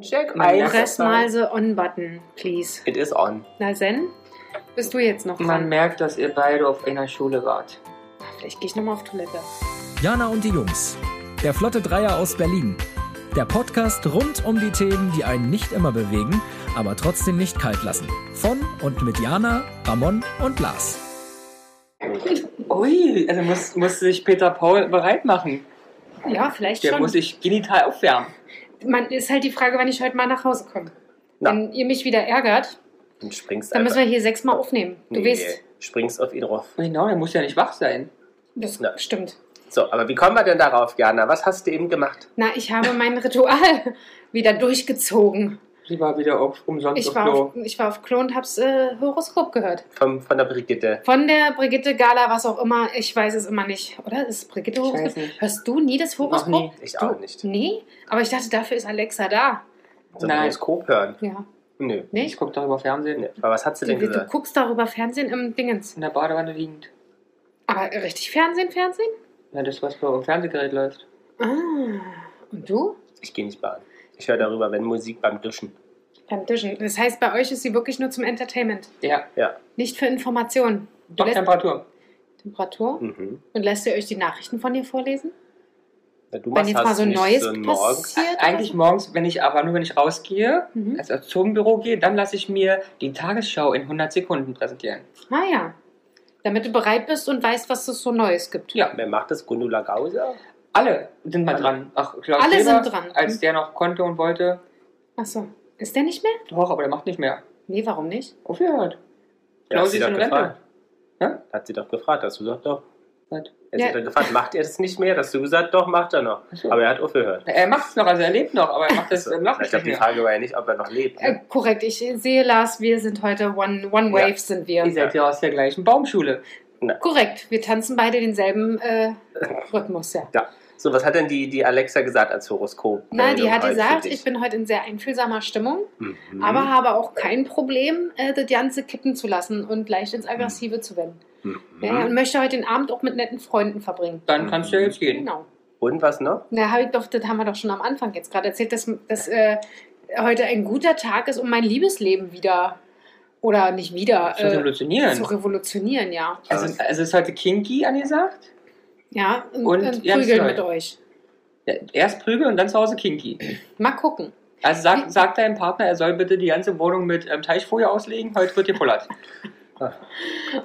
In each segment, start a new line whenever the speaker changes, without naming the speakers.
Check
Press mal
merkt,
the On-Button, please.
it is on.
Na Zen, bist du jetzt noch
Man
dran?
merkt, dass ihr beide auf einer Schule wart.
Vielleicht gehe ich nochmal auf Toilette.
Jana und die Jungs. Der Flotte Dreier aus Berlin. Der Podcast rund um die Themen, die einen nicht immer bewegen, aber trotzdem nicht kalt lassen. Von und mit Jana, Ramon und Lars.
Ui, also muss, muss sich Peter Paul bereit machen.
Ja, vielleicht
Der
schon.
muss sich genital aufwärmen.
Man ist halt die Frage, wann ich heute mal nach Hause komme.
Na.
Wenn ihr mich wieder ärgert,
Und springst
dann
einfach.
müssen wir hier sechsmal aufnehmen. Du weißt,
Springst auf ihn rauf.
Genau, der muss ja nicht wach sein.
das
Na.
stimmt.
So, aber wie kommen wir denn darauf, Jana? Was hast du eben gemacht?
Na, ich habe mein Ritual wieder durchgezogen.
Sie war wieder auf, um umsonst
Ich
auf
war
Klo.
auf, ich war auf Klo und hab's äh, Horoskop gehört.
Vom, von der Brigitte.
Von der Brigitte Gala, was auch immer, ich weiß es immer nicht. Oder? Ist es Brigitte
Ich
Horoskop?
weiß nicht.
Hörst du nie das
Noch
Horoskop?
nie.
Ich auch nicht.
Nee, aber ich dachte, dafür ist Alexa da.
Soll
Nein.
man Horoskop hören?
Ja,
Nö.
nee?
Ich guck darüber Fernsehen.
Nee. Aber was hat sie
Du,
denn
du
gesagt?
guckst darüber Fernsehen im Dingens.
In der Badewanne liegend.
Aber richtig Fernsehen, Fernsehen?
Ja, das, was bei dem Fernsehgerät läuft.
Ah, und du?
Ich gehe nicht baden. Ich höre darüber, wenn Musik beim Duschen.
Beim Tischen. Das heißt, bei euch ist sie wirklich nur zum Entertainment,
Ja,
nicht für Informationen.
doch
Lässt-
Temperatur.
Temperatur?
Mhm.
Und lässt ihr euch die Nachrichten von ihr vorlesen?
Na, du
Wenn
machst
jetzt mal
hast
so
du nicht
Neues
so einen Morgen.
passiert?
Eigentlich morgens, wenn ich aber nur wenn ich rausgehe,
Mhm.
also zum Büro gehe, dann lasse ich mir die Tagesschau in 100 Sekunden präsentieren.
Ah ja. Damit du bereit bist und weißt, was es so Neues gibt.
Ja,
Wer macht das? Gundula Gauser?
alle sind mal dran. Ach, Klaus
Alle
Kleber,
sind dran. Hm.
Als der noch konnte und wollte,
Achso. Ist der nicht mehr?
doch, aber der macht nicht mehr.
Nee, warum nicht?
Aufgehört.
Ja,
Klausi Genau, ist in Rente.
gefragt. Hat sie doch gefragt. Hast du gesagt, doch.
Was?
Er
Ja.
hat dann gefragt, macht er das nicht mehr? Hast du gesagt, doch, macht er noch.
Ach so.
Aber er hat aufgehört.
Er macht es noch, also er lebt noch, aber er macht das
So.
im Loch
Ich
nicht
glaube, die
mehr.
Frage war ja nicht, ob er noch lebt. ne?
Äh, korrekt, ich sehe, Lars, wir sind heute One, one Wave,
Ja.
sind
Ihr
wir.
seid ja aus der gleichen Baumschule.
Korrekt, wir tanzen beide denselben äh, Rhythmus, ja.
So, was hat denn die, die Alexa gesagt als Horoskop?
Na, die hat gesagt, ich bin heute in sehr einfühlsamer Stimmung,
Mhm.
aber habe auch kein Problem, äh, das Ganze kippen zu lassen und leicht ins Aggressive zu wenden.
Mhm.
Ja, und möchte heute den Abend auch mit netten Freunden verbringen.
Dann kannst du ja jetzt gehen.
Genau.
Und was noch?
Da habe ich doch, das haben wir doch schon am Anfang jetzt gerade erzählt, dass, dass äh, heute ein guter Tag ist, um mein Liebesleben wieder oder nicht wieder
Zu
äh,
revolutionieren.
zu revolutionieren, ja.
Also, also ist heute Kinky angesagt?
Ja, und,
Und
und,
ja, das
prügeln
soll.
mit euch.
Ja, Erst Prügel und dann zu Hause Kinky.
Mal gucken.
Also sag, sag deinem Partner, er soll bitte die ganze Wohnung mit ähm, Teichfolie auslegen, heute wird gepullert.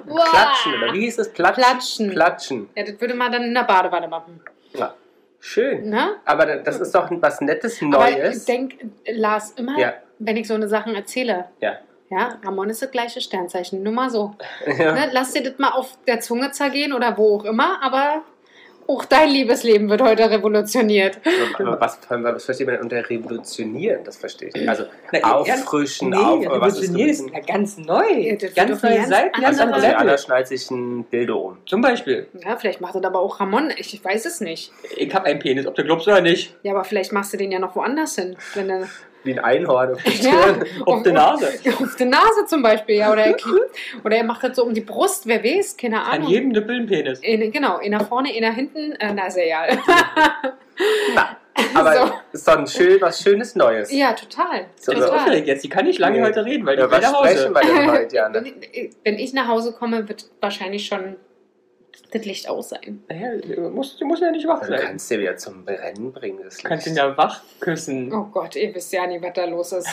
Klatschen, oder wie hieß das? Platschen.
Platschen.
Klatschen.
Ja, das würde man dann in der Badewanne machen.
Schön.
Ne?
Aber da- das ist doch was Nettes,
Aber ich
Neues.
denk, Lars, immer,
Ja.
wenn ich so eine Sachen erzähle,
Ja.
ja, Ramon ist das gleiche Sternzeichen, nur mal so.
Ja.
Ne? Lass dir das mal auf der Zunge zergehen oder wo auch immer, aber auch dein Liebesleben wird heute revolutioniert.
Aber was, was versteht man denn unter revolutionieren? Das verstehe ich. nicht. Also
Na, ernst-
auffrischen, auf,
ja,
was ist
revolutionieren ist ja ganz neu.
Ja, das wird
ganz
doch ein
neue
ganz
Seiten, ganz andere
anderer-
Also Anna
Level.
schneidet sich ein Dildo um.
Zum Beispiel,
Ja, vielleicht macht das aber auch Ramon, ich weiß es nicht.
ich habe einen Penis, ob du glaubst oder nicht.
Ja, aber vielleicht machst du den ja noch woanders hin. Wenn du,
Wie ein Einhorn auf die
Ja.
Stirn.
Auf der Nase.
Auf die Nase zum Beispiel, ja. Oder er, krie- oder er macht das so um die Brust, wer weiß, keine
An
Ahnung.
jedem Nippel ein Penis.
In, genau, einer vorne, einer hinten, äh, na ist ja egal.
Na, aber
So.
ist doch ein schön, was Schönes Neues.
ja, total.
So,
Das ist
total.
aufgeregt jetzt, die kann nicht lange
Nee.
heute reden, weil die
Über
ja,
was
nach Hause.
sprechen wir denn heute, Jana?
Wenn ich- Wenn ich nach Hause komme, wird wahrscheinlich schon das Licht aus sein.
Naja, du musst, du musst ja nicht wach
Also Du
sein.
kannst dir wieder zum Brennen bringen. Das
Du kannst ihn
Licht.
ja wach küssen.
Oh Gott, ihr wisst ja nicht, was da los ist.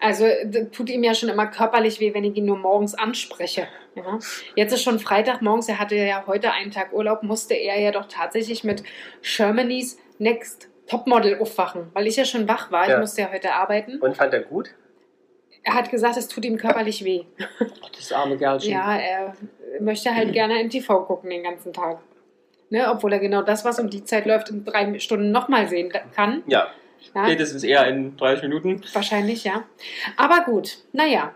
Also das tut ihm ja schon immer körperlich weh, wenn ich ihn nur morgens anspreche. Ja? Jetzt ist schon Freitagmorgens, er hatte ja heute einen Tag Urlaub, musste er ja doch tatsächlich mit Germany's Next Topmodel aufwachen, weil ich ja schon wach war, ich
Ja.
musste ja heute arbeiten.
Und fand er gut?
Er hat gesagt, es tut ihm körperlich weh.
Ach, das arme Kerlchen.
Ja, er möchte halt gerne im TV gucken den ganzen Tag. Ne, obwohl er genau das, was um die Zeit läuft, in drei Stunden nochmal sehen kann.
Ja.
Ja,
Spätestens eher in 30 Minuten.
wahrscheinlich, ja. Aber gut, naja.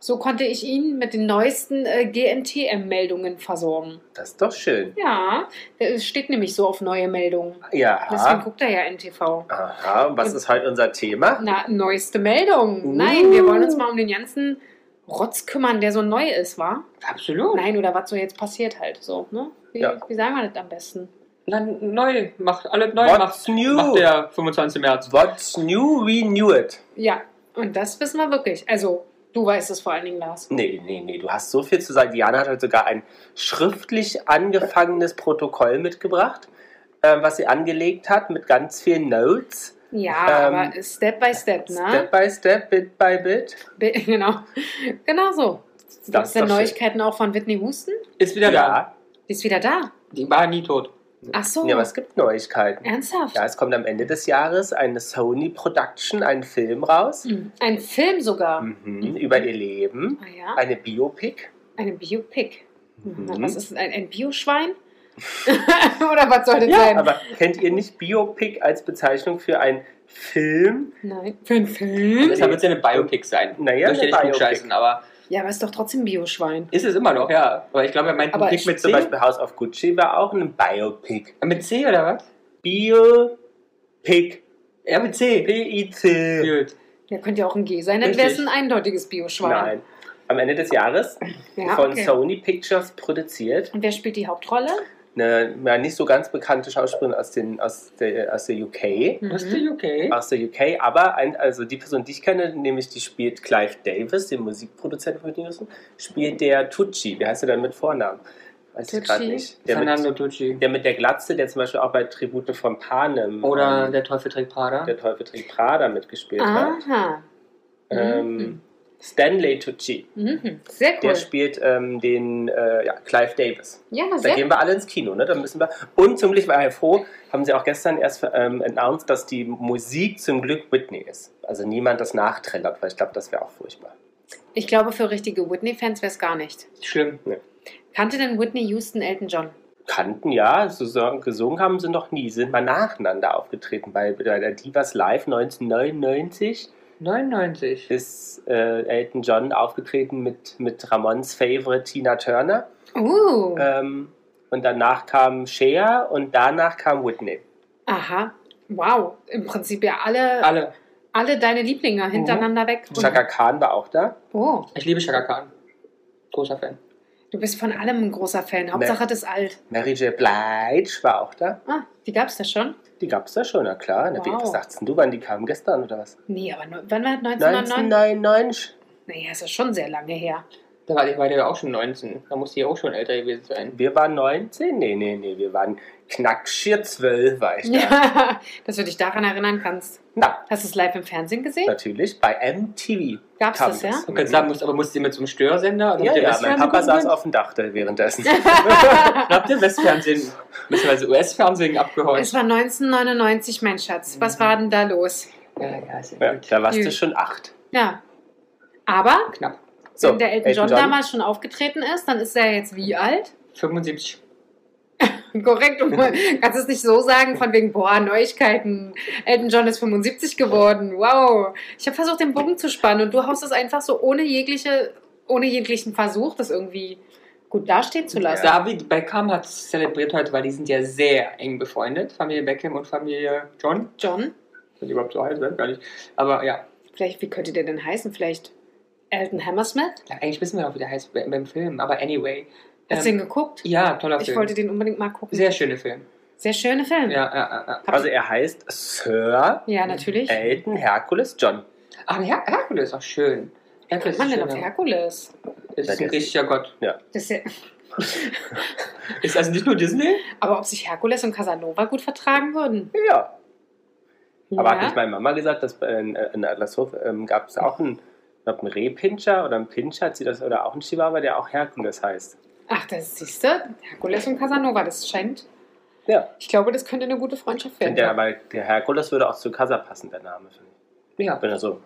So konnte ich ihn mit den neuesten äh, GNTM-Meldungen versorgen.
Das ist doch schön.
Ja, es steht nämlich so auf neue Meldungen. Deswegen
Ja.
guckt er ja NTV.
Aha, und was ist heute unser Thema?
Na, neueste Meldung.
Uh.
Nein, wir wollen uns mal um den ganzen Rotz kümmern, der so neu ist, wa?
Absolut.
Nein, oder was so jetzt passiert halt so, ne? Wie,
Oh. Ja.
wie sagen wir das am besten?
Dann neu, macht, alles neu
What's
macht,
new?
macht der 25. März.
What's new? We knew it.
Ja, und das wissen wir wirklich. Also, du weißt es vor allen Dingen, Lars.
Nee, nee, nee, du hast so viel zu sagen. Diana hat heute sogar ein schriftlich angefangenes Protokoll mitgebracht, ähm, was sie angelegt hat mit ganz vielen Notes.
Ja,
Ähm,
aber Step by Step, ne?
Step by step, Bit by Bit.
Be- Genau. Genau so. Das
ist
sind
doch schön.
Neuigkeiten auch von Whitney Houston.
Ist wieder da.
Ja,
Die ist wieder da.
Die war nie tot.
Ach so.
ja, aber es gibt Neuigkeiten.
Ernsthaft?
Ja, es kommt am Ende des Jahres eine Sony Production, ein Film raus
Hm. Ein Film sogar.
mhm, über ihr Leben,
Ah ja,
eine Biopic.
eine Biopic.
Mhm.
Na, Was ist denn ein, ein Bioschwein? Oder was soll das sein?
Aber kennt ihr nicht Biopic als Bezeichnung für einen Film?
Nein, für einen
Und
Film?
deshalb wird es ja eine Biopic sein.
Naja,
Möchte
eine
nicht
Biopic.
scheißen, aber
Ja, aber ist doch trotzdem Bioschwein.
ist es immer noch, ja. Aber ich glaube, er meint einen
Aber
Blick mit
Zum
C. Äh,
Beispiel House of Gucci war auch ein Biopic.
Mit C oder was?
Biopic.
Ja, mit C.
P-I-C.
Gut.
Ja, könnte ja auch ein G sein, dann
Richtig.
wäre es ein eindeutiges Bioschwein.
Nein. Am Ende des Jahres
Ja,
von
okay.
Sony Pictures produziert.
Und wer spielt die Hauptrolle?
Eine ja, nicht so ganz bekannte Schauspielerin aus, den, aus, der, aus der UK.
Das ist die okay.
Aus der UK, aber ein, also die Person, die ich kenne, nämlich die spielt Clive Davis, den Musikproduzenten von Whitney Houston, spielt der Tucci. Wie heißt er denn mit Vornamen? Weiß ich gerade
Tucci?
nicht. Der
Fernando
mit,
Tucci.
der mit der Glatze, der zum Beispiel auch bei Tribute von Panem
Oder
ähm,
der Teufel trägt Prada.
der Teufel trägt Prada mitgespielt
Ah,
hat.
Aha.
Ähm, Stanley Tucci,
Mhm. Sehr
der
cool.
spielt ähm, den äh, ja, Clive Davis.
Ja,
Da
sehr
gehen wir alle ins Kino, ne? Da müssen wir. Und zum Glück war er froh, haben sie auch gestern erst ähm, announced, dass die Musik zum Glück Whitney ist. Also niemand das nachträllert, weil ich glaube, das wäre auch furchtbar.
Ich glaube, für richtige Whitney-Fans wäre es gar nicht.
Schlimm.
Kannte denn Whitney Houston Elton John?
Kannten ja, so sagen- gesungen haben sie noch nie, sind mal nacheinander aufgetreten. Bei, bei der Divas Live 1999
99.
ist äh, Elton John aufgetreten mit, mit Ramons Favorite Tina Turner.
Uh,
Ähm, und danach kam Cher und danach kam Whitney.
aha. Wow. Im Prinzip ja alle, alle,
Alle.
deine Lieblinge hintereinander weg. Und-
Mhm. Chaka Khan war auch da.
Oh,
Ich liebe Chaka Khan. Großer Fan.
du bist von allem ein großer Fan. Hauptsache, das ist alt.
Mary J. Blige war auch da.
Ah, die gab es da schon?
Die gab es da schon, na klar. Na, wie,
Wow.
was sagst denn du, wann die kamen? Gestern oder was?
Nee, aber nur, wann war das? 1909?
1999.
Naja, ist ja schon sehr lange her.
Da war ich war ja auch schon 19. Da muss die auch schon älter gewesen sein.
Wir waren 19? Nee, nee, nee, wir waren knackschier 12, war ich da.
Ja, dass du dich daran erinnern kannst.
Na,
Hast du es live im Fernsehen gesehen?
natürlich, bei MTV.
Gab's
kam
das, ja?
Und kannst sagen, musst, aber musst du mit so einem Störsender?
Mhm. Ja, ja, mein
Westfernsehen
Papa
gucken
saß
können?
auf dem Dach da währenddessen.
Habt ihr Westfernsehen, beziehungsweise US-Fernsehen abgeholt?
Es war 1999, mein Schatz.
Mhm.
Was war denn da los?
Ja, ja, sehr
ja,
gut.
da warst du
Gut.
schon acht.
Ja. Aber
Knapp.
wenn der Elton, John, damals schon aufgetreten ist, dann ist er jetzt wie alt?
75.
Korrekt. Und man- kannst es nicht so sagen, von wegen, boah, Neuigkeiten. Elton John ist 75 geworden. Wow. Ich habe versucht, den Bogen zu spannen und du haust es einfach so ohne, jegliche, ohne jeglichen Versuch, das irgendwie gut dastehen zu lassen.
David Beckham hat es zelebriert heute, weil die sind ja sehr eng befreundet. Familie Beckham und Familie John.
John,
Wenn die überhaupt so heißen, weiß ich gar nicht. Aber ja,
vielleicht, wie könnte der denn heißen? Vielleicht Elton Hammersmith?
ja, eigentlich wissen wir noch, wie der heißt be- beim Film. Aber anyway.
Hast du
Ähm,
den geguckt?
ja, toller
Ich
Film.
wollte den unbedingt mal gucken.
sehr schöne Film.
Sehr schöne Film.
Ja, ja, ja, ja.
Also er heißt Sir
Ja, natürlich.
Elton Hercules John.
Ach, Her Herkules ist auch schön. Herkules
Kommt
ist,
man denn
ein
auf
schöner-
Herkules?
ist ein
Herkules?
richtiger Gott.
Das ist ja,
Ist also nicht nur Disney?
aber ob sich Herkules und Casanova gut vertragen würden?
Ja, Aber
Ja.
hat nicht meine Mama gesagt, dass bei- in, äh, in Adlershof ähm, gab es auch einen, ich glaub, einen Rehpinscher oder einen Pinscher, hat sie das, oder auch einen Chihuahua, der auch Herkules heißt.
Ach, das siehst du, Herkules und Casanova, das scheint.
Ja.
Ich glaube, das könnte eine gute Freundschaft
Und
werden.
der, weil der Herkules würde auch zu Casa passen, der Name, finde ich.
Ja.
Wenn er so.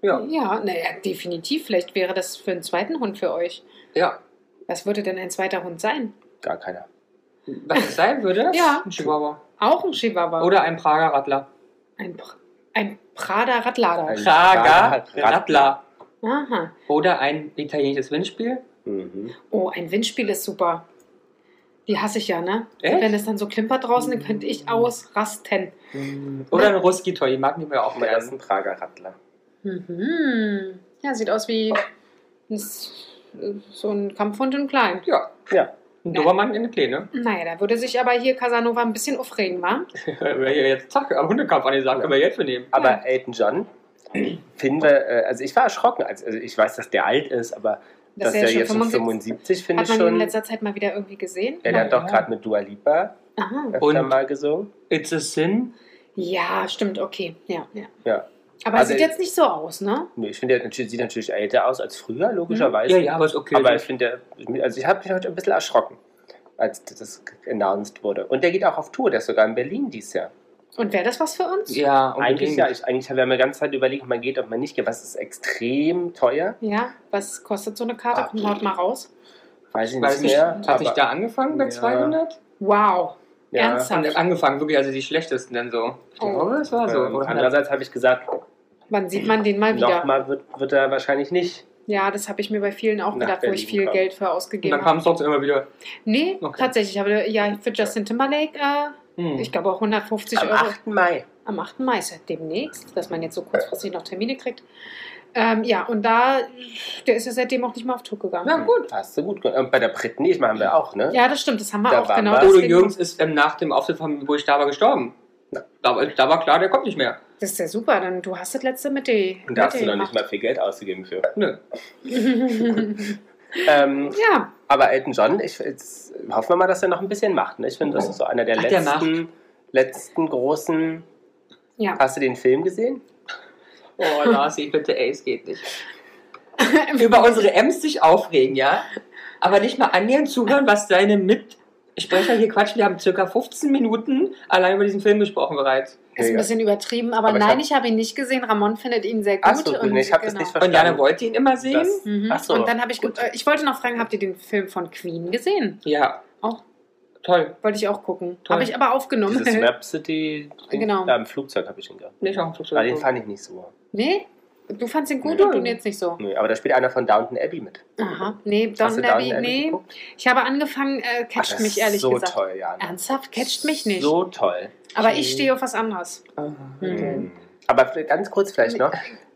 Ja.
Ja, naja, definitiv. Vielleicht wäre das für einen zweiten Hund für euch.
Ja.
Was würde denn ein zweiter Hund sein?
Gar keiner.
Was es sein würde?
Ja.
Ein Chihuahua.
Auch ein Chihuahua.
Oder ein Prager Radler.
ein, Pr- ein Prada Radlader.
Ein-
Prager
Prager
Radler.
Aha.
Oder ein italienisches Windspiel.
Mhm.
Oh, ein Windspiel ist super. Die hasse ich ja, ne?
Echt?
Wenn es dann so klimpert draußen, dann könnte
Hm.
ich ausrasten. Hm.
Oder ein Ruski-Toy, die mag ich mir auch
Auch mein
gerne.
ersten Prager Rattler.
Mhm. Ja, sieht aus wie ein, so ein äh, Kampfhund in klein.
Ja.
Ja.
Ein
Ja.
Dobermann in der ne? Kleine.
Naja, da würde sich aber hier Casanova ein bisschen aufregen, wa?
Wäre hier jetzt, zack, am Hundekampf an die Sache, können wir jetzt nehmen.
Aber
Ja.
Elton John, finde, äh, also ich war erschrocken. als- Also ich weiß, dass der alt ist, aber dass
Das ist ja
er
schon
jetzt schon
75.
75, finde
Hat
ich
man ihn in
schon. Äh.
letzter Zeit mal wieder irgendwie gesehen?
Ja, der hat
Ja.
doch gerade mit Dua Lipa
Aha.
öfter
Und-
mal gesungen.
It's a Sin.
Ja, stimmt, okay. Ja, ja.
Ja.
Aber
Also
sieht
ich-
jetzt nicht so aus, ne?
Nee, ich finde, der hat natürlich- sieht natürlich älter aus als früher, logischerweise.
Ja, ja, aber ist okay.
Aber ich finde, der- also ich habe mich heute ein bisschen erschrocken, als das announced wurde. Und der geht auch auf Tour, der ist sogar in Berlin dieses Jahr.
Und wäre das was für uns?
ja,
Eigentlich
unbedingt.
ja, ich, eigentlich haben wir die ganze Zeit überlegt, ob man geht, ob man nicht geht. Was ist extrem teuer?
Ja, was kostet so eine Karte?
Ah.
Kommt haut mal raus.
Weiß ich
Weiß
nicht
nicht,
mehr.
hat sich
aber-
da angefangen bei
Ja.
200?
Wow.
ja.
Ernsthaft?
Haben wir angefangen, wirklich, also die schlechtesten dann so. Ich
Oh.
glaube, das war so.
ähm,
Oder hat er-
andererseits habe ich gesagt,
Wann sieht man den mal wieder?
nochmal wird, wird er wahrscheinlich nicht.
Ja, das habe ich mir bei vielen auch
Nach
gedacht, wo ich
Berlin
viel
kam.
Geld für
Und
ausgegeben
dann
habe.
kam es trotzdem immer wieder.
Nee,
Okay.
tatsächlich. Aber ja, für Justin Timberlake, äh,
Hm.
ich glaube auch 150
Am
Euro
8. Mai.
am 8. Mai, ist ja demnächst, dass man jetzt so kurzfristig noch Termine kriegt. Ähm, ja, und da, der ist ja seitdem auch nicht mehr auf Tour gegangen.
Na gut.
Hast du gut gemacht. Und bei der Britney ich, machen wir auch, ne?
Ah, Ja, das stimmt, das haben wir
Da
auch
waren
genau.
wir.
Bodo
deswegen-
Jürgens ist ähm, nach dem Auftritt von Wo ich da war gestorben.
Ja.
Da, war- da war klar, der kommt nicht mehr.
Das ist ja super, dann du hast das letzte mit die.
Und da hast du noch nicht mal viel Geld ausgegeben für.
Nö.
mal.
Ähm,
ja,
aber Elton John, ich jetzt hoffen wir mal, dass er noch ein bisschen macht. Ne? Ich finde, das ist so einer der
Ach, der
letzten, letzten großen.
ja.
Hast du den Film gesehen?
Oh, Nasi, bitte, ey, es geht nicht. Über unsere M's sich aufregen, ja? Aber nicht mal annähernd zuhören, was seine Mitsprecher hier quatschen. Die haben circa 15 Minuten allein über diesen Film gesprochen bereits.
Ist ein
Ja.
bisschen übertrieben, aber,
Aber ich
nein,
hab-
ich habe ihn nicht gesehen. Ramon findet ihn sehr gut.
Ach so, gut,
und, genau.
nee, ich habe das nicht
Und Jana
verstanden.
wollte ihn immer sehen.
Das-
Mhm.
Ach so,
und dann habe ich, ge-
gut.
äh, ich wollte noch fragen, habt ihr den Film von Queen gesehen?
Ja.
Auch.
Toll.
Wollte ich auch gucken.
Toll.
Habe ich aber aufgenommen.
Dieses Rhapsody.
Genau.
Da im Flugzeug habe ich ihn gehabt.
Nicht auch ein
Aber den
Flugzeug.
fand ich nicht so.
nee? Du fandst ihn gut
Nö.
und du jetzt nicht so.
Nee, aber da spielt einer von Downton Abbey mit.
Aha. Mhm. Nee,
Hast
Don
du
Abbey,
Downton Abbey
nee.
geguckt?
Ich habe angefangen, äh,
Ach, das
catcht mich
ist
ehrlich
so
gesagt.
toll, Jana.
Ernsthaft? Catcht mich nicht.
So toll.
aber ich stehe auf was anderes.
Ah, Hm.
Mhm.
Aber ganz kurz vielleicht noch.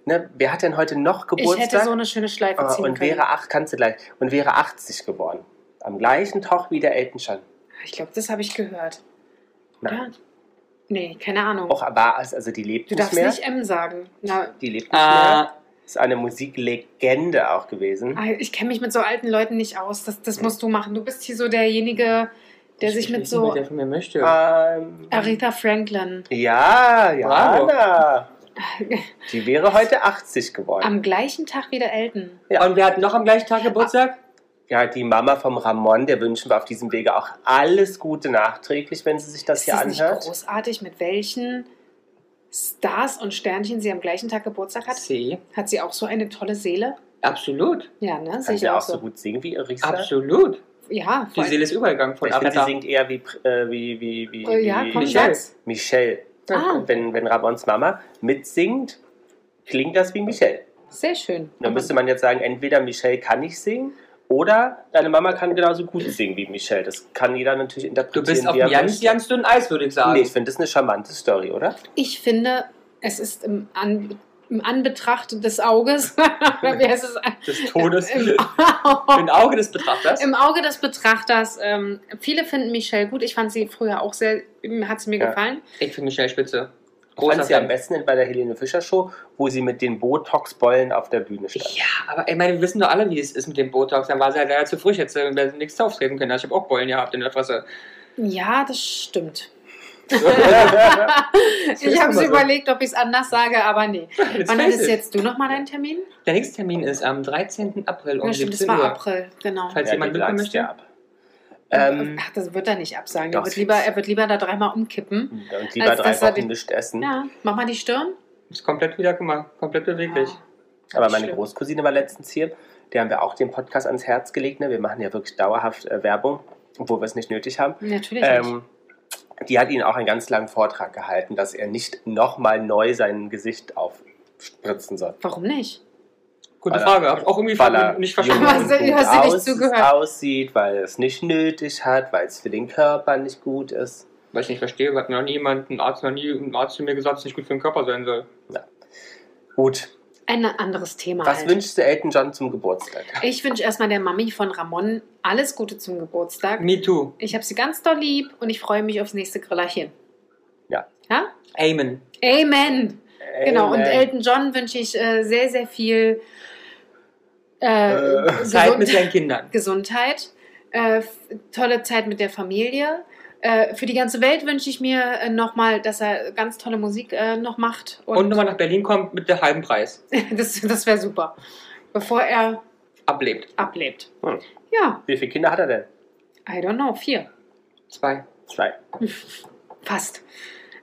Ne, wer hat denn heute noch
Ich
Geburtstag?
hätte so eine schöne Schleife
Ah,
ziehen
und
können.
wäre acht, kannst du gleich, und wäre 80 geworden. Am gleichen Tag wie der Elton John.
Ich glaube, das habe ich gehört.
Nein.
Oder? Nee, keine Ahnung.
Auch war es, also die lebt
du
nicht
darfst
mehr.
nicht M sagen. Na,
Die lebt nicht
Ah,
mehr. Ist eine Musiklegende auch gewesen.
Ah, Ich kenne mich mit so alten Leuten nicht aus. Das,
Hm.
das musst du machen. Du bist hier so derjenige, der
ich
sich
weiß
mit
nicht, was
so
Der von mir möchte.
Ähm,
Ah. Aretha Franklin
ja,
Bravo.
Jana. Die wäre heute 80 geworden.
am gleichen Tag wie der Elton.
Ja.
Und wer hat noch am gleichen Tag Geburtstag?
Ah,
Ja, die Mama vom Ramon, der wünschen wir auf diesem Wege auch alles Gute nachträglich, wenn sie sich das
Ist
hier
das nicht
anhört.
großartig, mit welchen Stars und Sternchen sie am gleichen Tag Geburtstag hat?
C.
Hat sie auch so eine tolle Seele?
Absolut.
Ja, ne? Sehe
Kann
ich
sie
auch
auch so
so.
gut singen wie Irisa?
Absolut.
Ja,
Die
voll.
Seele ist übergegangen von
Ich finde, sie
Aretha.
singt eher wie, äh, wie, wie, wie,
Oh, ja,
wie
komm,
Michelle.
Satz.
Michelle.
Ah,
Und wenn, wenn Rabons Mama mitsingt, klingt das wie Michelle.
sehr schön.
Da
Mhm.
müsste man jetzt sagen, entweder Michelle kann nicht singen oder deine Mama kann genauso gut singen wie Michelle. Das kann jeder natürlich
Du
interpretieren.
bist auf
wie er
dem ganz,
möchte.
ganz dünn Eis, würde ich sagen.
Nee, ich finde das eine charmante Story, oder?
Ich finde, es ist im, An im Anbetracht des Auges. Wie heißt es?
Des Todes.
Im,
Im Auge des Betrachters.
Im Auge des Betrachters, ähm, viele finden Michelle gut. Ich fand sie früher auch sehr, hat sie mir
Ja.
gefallen.
Ich finde Michelle Spitze.
Ich fand
Großer
sie am
Fan.
besten bei der Helene Fischer Show, wo sie mit den Botox-Beulen auf der Bühne stand.
Ja, aber ich meine, wir wissen doch alle, wie es ist mit dem Botox. Dann war sie halt leider zu frisch, jetzt hätte sie nichts auftreten können. Also Ich habe auch Beulen gehabt in der Fresse.
Ja, das stimmt.
Ja.
ich habe
immer
sie
so.
überlegt, ob ich es anders sage, aber nee. Wann ist
es.
jetzt du nochmal dein Termin?
Der nächste Termin ist am 13. April um
ja, stimmt, das
17
war
Uhr.
April, genau.
Falls
ja,
jemand
die
mitkommen
sagst
möchte.
ja ab. Ähm,
Ach, das wird er nicht absagen.
Doch,
Er wird,
das
lieber,
ist-
er wird lieber da dreimal umkippen.
und lieber
Als
drei
dass er
Wochen
Also, die-
nicht essen.
Ja, mach mal die Stirn.
Ist komplett wieder gemacht. Komplett beweglich.
Ja.
Aber meine
Schlimm.
Großcousine war letztens hier. Der haben wir auch den Podcast ans Herz gelegt. Ne? Wir machen ja wirklich dauerhaft äh, Werbung, obwohl wir es nicht nötig haben.
Natürlich nicht.
Ähm, die hat ihn auch einen ganz langen Vortrag gehalten, dass er nicht nochmal neu sein Gesicht aufspritzen soll.
Warum nicht?
Gute
Weil er-
Frage. Hab ich auch irgendwie
Weil
ver
er
nicht
jung
verstanden.
Hast
und
du-
gut
hast du nicht
aus-
zugehört?
aussieht, weil er es nicht nötig hat, weil es für den Körper nicht gut ist.
Weil ich nicht verstehe, hat noch nie jemand, ein Arzt noch nie, ein Arzt zu mir gesagt, dass es nicht gut für den Körper sein soll.
Gut.
ein anderes Thema.
Was
halt.
wünschst du Elton John zum Geburtstag?
ich wünsche erstmal der Mami von Ramon alles Gute zum Geburtstag.
Me too.
Ich habe sie ganz doll lieb und ich freue mich aufs nächste Grillerchen.
Ja.
Ja?
Amen.
Amen. Genau, und
Amen.
Elton John wünsche ich äh, sehr, sehr viel äh,
Äh,
Zeit
Gesund-
mit seinen Kindern.
Gesundheit, äh, f- tolle Zeit mit der Familie. Äh, für die ganze Welt wünsche ich mir äh, nochmal, dass er ganz tolle Musik äh, noch macht.
Und nochmal nach Berlin kommt mit der halben Preis.
das das wäre super, bevor er
Ablebt.
ablebt.
Hm.
Ja,
Wie viele Kinder hat er denn?
I don't know, vier.
Zwei.
Zwei.
Fast.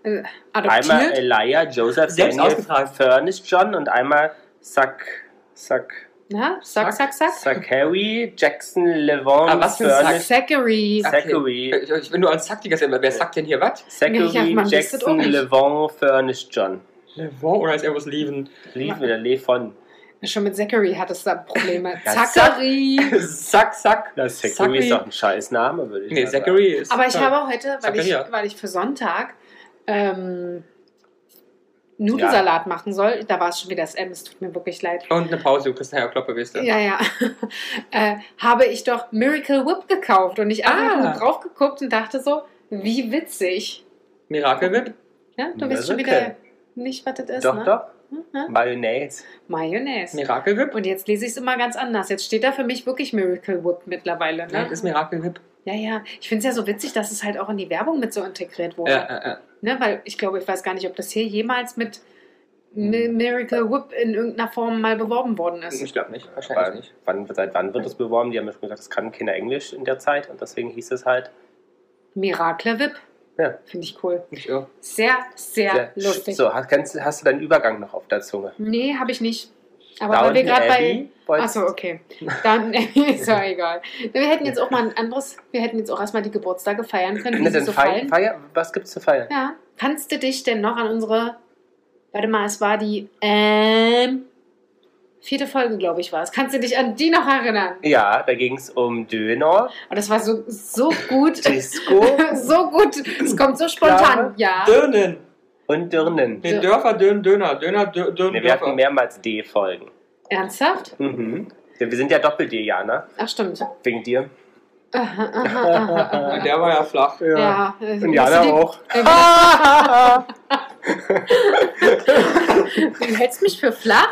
Äh, adoptiert.
Einmal Elijah Joseph
Selbst
Daniel
ausgetragen.
Furnish John und einmal Sack. Sack.
Na, sack, sack, sack.
Zachary Jackson Levon
Aber was für ein
Furnish
Zachary.
Sack. Zachary.
Okay. Ich- ich- Wenn du an Sack denkst, wer sagt denn hier was?
Ich hab
Zachary
mal ein bisschen
Jackson
Ohren.
Levon Furnish John.
Levon oder ist irgendwas Leven?
Lief oder Levon.
Schon mit Zachary hattest du da Probleme.
Ja,
Zachary.
Sack, Sack.
Na, Zachary ist doch ein scheiß Name, würde ich
Nee,
mal sagen.
Zachary ist.
Aber ich habe heute, weil ich,
Zacharia.
weil ich für Sonntag ähm, Nudelsalat machen soll, da war es schon wieder das M, es tut mir wirklich leid.
Und eine Pause, du kriegst nachher Kloppe, weißt du.
Ja, ja. äh, habe ich doch Miracle Whip gekauft und ich habe
Ah.
nur drauf geguckt und dachte so, wie witzig.
Miracle Whip.
Ja, du weißt schon wieder
Miracle.
nicht, was das ist.
Doch,
ne?
doch.
Mhm.
Mayonnaise.
Mayonnaise.
Miracle Whip.
Und jetzt lese ich es immer ganz anders. Jetzt steht da für mich wirklich Miracle Whip mittlerweile.
Nein,
Ne?
das ist Miracle Whip.
Ja, ja. Ich finde es ja so witzig, dass es halt auch in die Werbung mit so integriert wurde.
Ja, äh, ja, ja.
Ne, weil ich glaube, ich weiß gar nicht, ob das hier jemals mit Mi-
Mhm.
Miracle Whip in irgendeiner Form mal beworben worden ist.
Ich glaube nicht.
Aber
Wahrscheinlich nicht.
Wann, seit wann wird das beworben? Die haben ja schon gesagt, das kann Kinder Englisch in der Zeit und deswegen hieß es halt
Miracle Whip.
Ja.
Finde ich cool.
Nicht irre.
Sehr, sehr
Ja,
lustig.
äh, So, hast, kannst, hast du deinen Übergang noch auf der Zunge?
Nee, habe ich nicht. Aber weil wir gerade bei. Achso, okay. Dann ist ja egal. Wir hätten jetzt auch mal ein anderes. Wir hätten jetzt auch erstmal die Geburtstage feiern können, wie
Kinder
sie
denn
so
feiern?
fallen.
Feier? Was gibt's zu feiern?
Ja. Kannst du dich denn noch an unsere. Warte mal, es war die. Ähm. Vierte Folge, glaube ich, war es. Kannst du dich an die noch erinnern?
Ja, da ging es um Döner,
Und Oh, das war so, so gut.
Disco
so gut. Es kommt so spontan. Ja.
Dönen.
und Dirnen.
Nee, Dörfer, Dönen, Döner. Döner, Dö- Dönen,
Nee, wir hatten
Dörfer.
mehrmals D-Folgen.
Ernsthaft?
Mhm. Ja, wir sind ja doppelt dir, Jana.
Ach, stimmt. Aha,
Wegen dir.
aha, aha, aha.
Ja, Der war ja flach.
Ja. äh,
Und
musst
Jana
du Äh, den,
auch.
Du hältst mich für flach?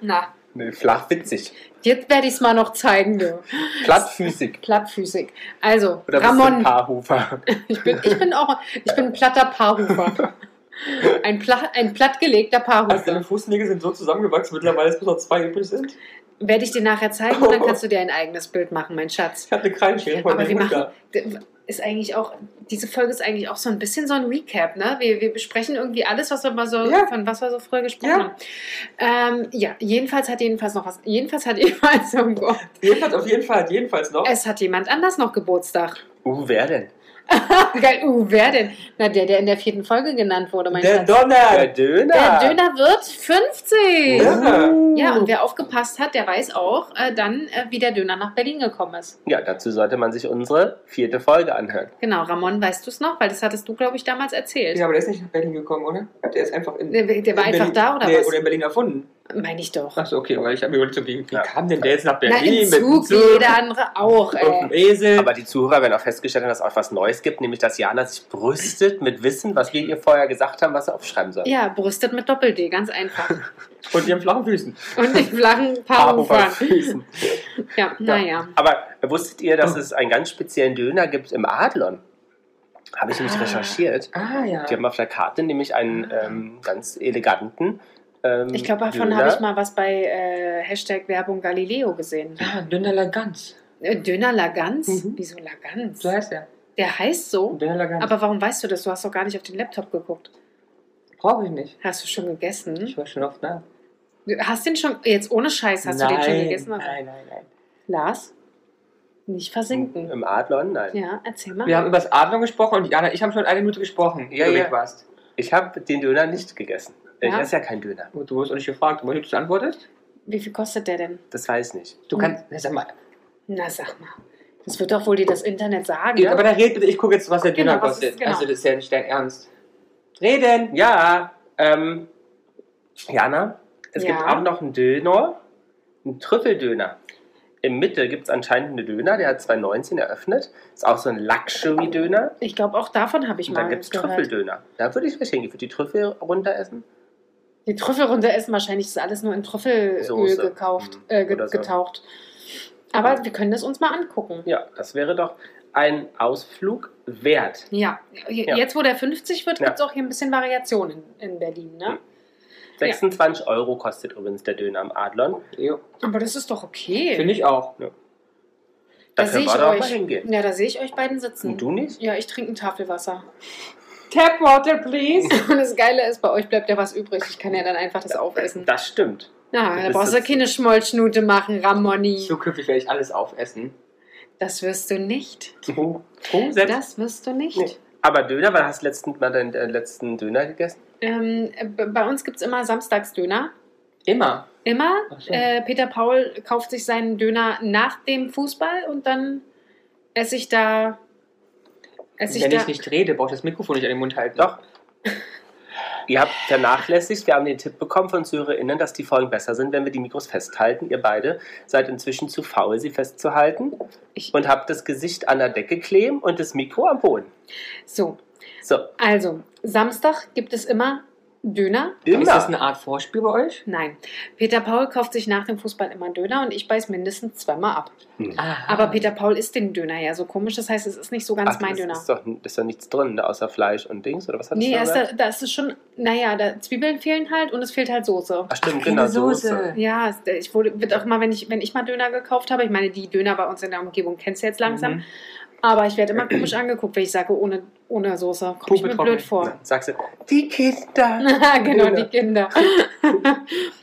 Na,
Nee, flach witzig.
jetzt werde ich es mal noch zeigen, du.
Plattfüßig.
Plattfüßig. Also,
Oder bist du ein
Ramon.
Paarhufer?
Ich bin, ich bin auch ich bin ein platter Paarhufer. Ein, Pla ein plattgelegter
Also deine
Paarhufer.
Fußnägel sind so zusammengewachsen mittlerweile, dass bis noch zwei übrig sind.
Werde ich dir nachher zeigen und dann kannst du dir ein eigenes Bild machen, mein Schatz.
Ich habe eine Kreinschere von
Aber
meinem
wir
Hund
machen,
da.
d- ist eigentlich auch, diese Folge ist eigentlich auch so ein bisschen so ein Recap, ne? Wir, wir besprechen irgendwie alles, was wir mal so,
Ja.
von was wir so früher gesprochen
Ja.
haben. Ähm, ja, jedenfalls hat jedenfalls noch was, jedenfalls hat jedenfalls irgendwo,
Jedenfalls, auf jeden Fall, jedenfalls noch.
es hat jemand anders noch Geburtstag.
Uh, wer denn?
Geil, uh, wer denn? Na, der, der in der vierten Folge genannt wurde, mein
Der
Schatz.
Der
Donner.
Döner.
Der Döner wird 50!
Ja.
Ja.
Uh.
und wer aufgepasst hat, der weiß auch äh, dann, äh, wie der Döner nach Berlin gekommen ist.
ja, dazu sollte man sich unsere vierte Folge anhören.
Genau, Ramon, weißt du es noch? Weil das hattest du, glaube ich, damals erzählt.
Ja, aber der ist nicht nach Berlin gekommen, oder? Der ist einfach in.
Der, der war
in
einfach
Berlin-
da, oder
nee,
was?
Oder in Berlin erfunden.
Meine ich doch.
Achso, okay, weil ich habe mir überlegt, so, wie, wie
Ja.
kam denn der jetzt nach
Na,
Berlin?
im
mit dem
Zug, wie jeder andere auch,
auf dem
ey.
Esel.
Aber die Zuhörer werden auch festgestellt haben, dass es auch was Neues gibt, nämlich dass Jana sich brüstet mit Wissen, was wir ihr vorher gesagt haben, was sie aufschreiben soll.
Ja, brüstet mit Doppel-D, ganz einfach.
und die haben flachen Füßen.
Und den flachen
Paarhufer.
Paarhufern. Ja, naja.
Aber wusstet ihr, dass
Oh.
es einen ganz speziellen Döner gibt im Adlon? Habe ich nämlich
Ah.
recherchiert.
Ah, ja.
Die haben auf der Karte nämlich einen ähm, ganz eleganten. Ähm,
Ah. Ich glaube, davon
Döner.
habe ich mal was bei äh, Hashtag Werbung Galileo gesehen.
Ah, Dünner Laganz.
Äh, Döner Laganz?
Mhm.
Wieso Laganz?
So heißt er.
Der heißt so.
Dünner Laganz.
Aber warum weißt du das? Du hast doch gar nicht auf den Laptop geguckt.
brauche ich nicht.
Hast du schon gegessen?
Ich war schon oft da.
Du Hast den schon, jetzt ohne Scheiß, hast
nein,
du den schon gegessen?
Nein, nein, nein.
Lars, nicht versinken.
Im Adlon? Nein.
Ja, erzähl mal.
Oh, äh. Wir haben über das Adlon gesprochen und Jana, ich habe schon eine Minute gesprochen,
Ja,
du
ja.
weg warst.
Ich habe den Döner nicht gegessen. Ich
Ja?
esse ja keinen Döner.
Und du wurdest auch nicht gefragt, aber du antwortest.
Wie viel kostet der denn?
Das weiß ich nicht.
Du
Mhm.
kannst, na, sag mal,
Na, sag mal. Das wird doch wohl dir das Internet sagen. ne?
aber dann red bitte, ich gucke jetzt, was der
Genau,
Döner
was ist-
kostet.
genau.
Also das ist ja nicht dein Ernst. Reden!
Ja, ähm, Jana, Es
Ja.
gibt auch noch einen Döner, einen Trüffeldöner. Im Mitte gibt es anscheinend einen Döner, der hat 2019 eröffnet. Ist auch so ein Luxury-Döner.
Ich glaube, auch davon habe ich
Und
mal
dann gibt es
gehört.
Trüffeldöner. Da würde ich vielleicht hingehen. Für die Trüffel runter essen.
Die Trüffel runter essen wahrscheinlich ist alles nur in Trüffelöl
Soße.
gekauft,
Mhm.
äh, ge
Oder so.
getaucht. Aber
Ja.
wir können das uns mal angucken.
Ja, das wäre doch ein Ausflug wert.
Ja, J-
Ja.
jetzt wo der 50 wird,
Ja. Hm.
gibt es auch hier ein bisschen Variation in, in Berlin, ne?
26 Euro kostet übrigens der Döner am Adlon.
Jo,
Aber das ist doch okay.
finde ich auch.
Da
Da
können
sehe
wir
ich
doch
euch.
mal hingehen.
Ja, da sehe ich euch beiden sitzen.
Und du nicht?
Ja, ich trinke ein Tafelwasser.
Tap water, please.
Und das Geile ist, bei euch bleibt ja was übrig. Ich kann ja dann einfach das aufessen.
Das stimmt.
Na,
Du
da
bist
brauchst du
jetzt-
keine Schmollschnute machen, Ramoni.
Zukünftig werde ich alles aufessen.
Das wirst du nicht.
True. True, selbst.
Das wirst du nicht.
Nee. Aber Döner, wann hast du letzten, mal deinen äh, letzten Döner gegessen?
Ähm, b- bei uns gibt es immer Samstagsdöner.
Immer.
Immer.
Ach so.
Äh, Peter Paul kauft sich seinen Döner nach dem Fußball und dann esse ich da. Esse ich
Wenn
da.
ich nicht rede, brauche ich das Mikrofon nicht an den Mund halten.
Doch. Ihr habt vernachlässigt, wir haben den Tipp bekommen von ZuhörerInnen, dass die Folgen besser sind, wenn wir die Mikros festhalten. Ihr beide seid inzwischen zu faul, sie festzuhalten
Ich-
und habt das Gesicht an der Decke kleben und das Mikro am Boden.
So,
So,
also, Samstag gibt es immer Döner.
Aber
immer.
Ist das eine Art Vorspiel bei euch?
Nein. Peter Paul kauft sich nach dem Fußball immer einen Döner und ich beiß mindestens zweimal ab.
Aha.
Aber Peter Paul isst den Döner ja so komisch, das heißt, es ist nicht so ganz
Ah. Ach,
mein
das
Döner.
Ist doch, das ist doch nichts drin, ne, außer Fleisch und Dings, oder was hattest
Nee,
du
er ist da,
gesagt?
da ist es schon, naja, da, Zwiebeln fehlen halt und es fehlt halt Soße.
Ach stimmt,
Ach,
genau,
keine
Soße.
Soße.
Ja, es- äh, ich wurde, wird auch mal, wenn ich, wenn ich mal Döner gekauft habe, ich meine, die Döner bei uns in der Umgebung kennst du jetzt langsam,
Mhm.
aber ich werde immer komisch angeguckt, wenn ich sage, ohne, ohne Soße. Komme ich mir
Puppetrommel.
blöd vor.
Dann Sagst du, die Kinder.
genau,
Döner.
die Kinder.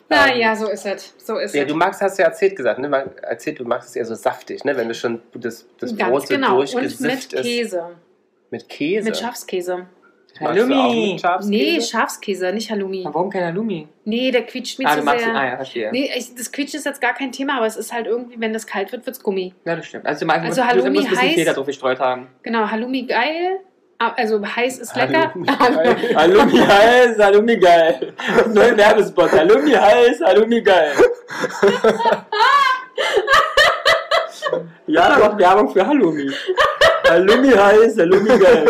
naja, so ist es. So ist
Ähm, Ja,
es.
du magst, hast du ja erzählt gesagt, ne? Man- Erzählt, du magst es eher so saftig, ne? Wenn du schon das, das Brot so
genau. Und mit
durchgesifft ist.
Käse.
Mit Käse.
Mit Schafskäse.
Magst du auch mit
Halloumi.
Schafskäse?
Nee, Schafskäse, nicht Halloumi.
Aber Warum kein Halloumi?
Nee, der quietscht mir
Ah, du
zu
magst ihn.
sehr.
Ah, ja, verstehe.
Nee, ich, das Quietschen ist jetzt gar kein Thema, aber es ist halt irgendwie, wenn das kalt wird, wird es Gummi.
Ja, das stimmt. Also, man
Also
muss, man muss
Halloumi
ein bisschen
heißt-
Feder drauf gestreut haben.
Genau, Halloumi geil, ah, also heiß ist lecker.
Hallo.
Halloumi heiß, Halloumi geil. Neuen Werbespot. Halloumi heiß, Halloumi geil. ja, macht Werbung für Halloumi. Halloumi heiß, Halloumi geil.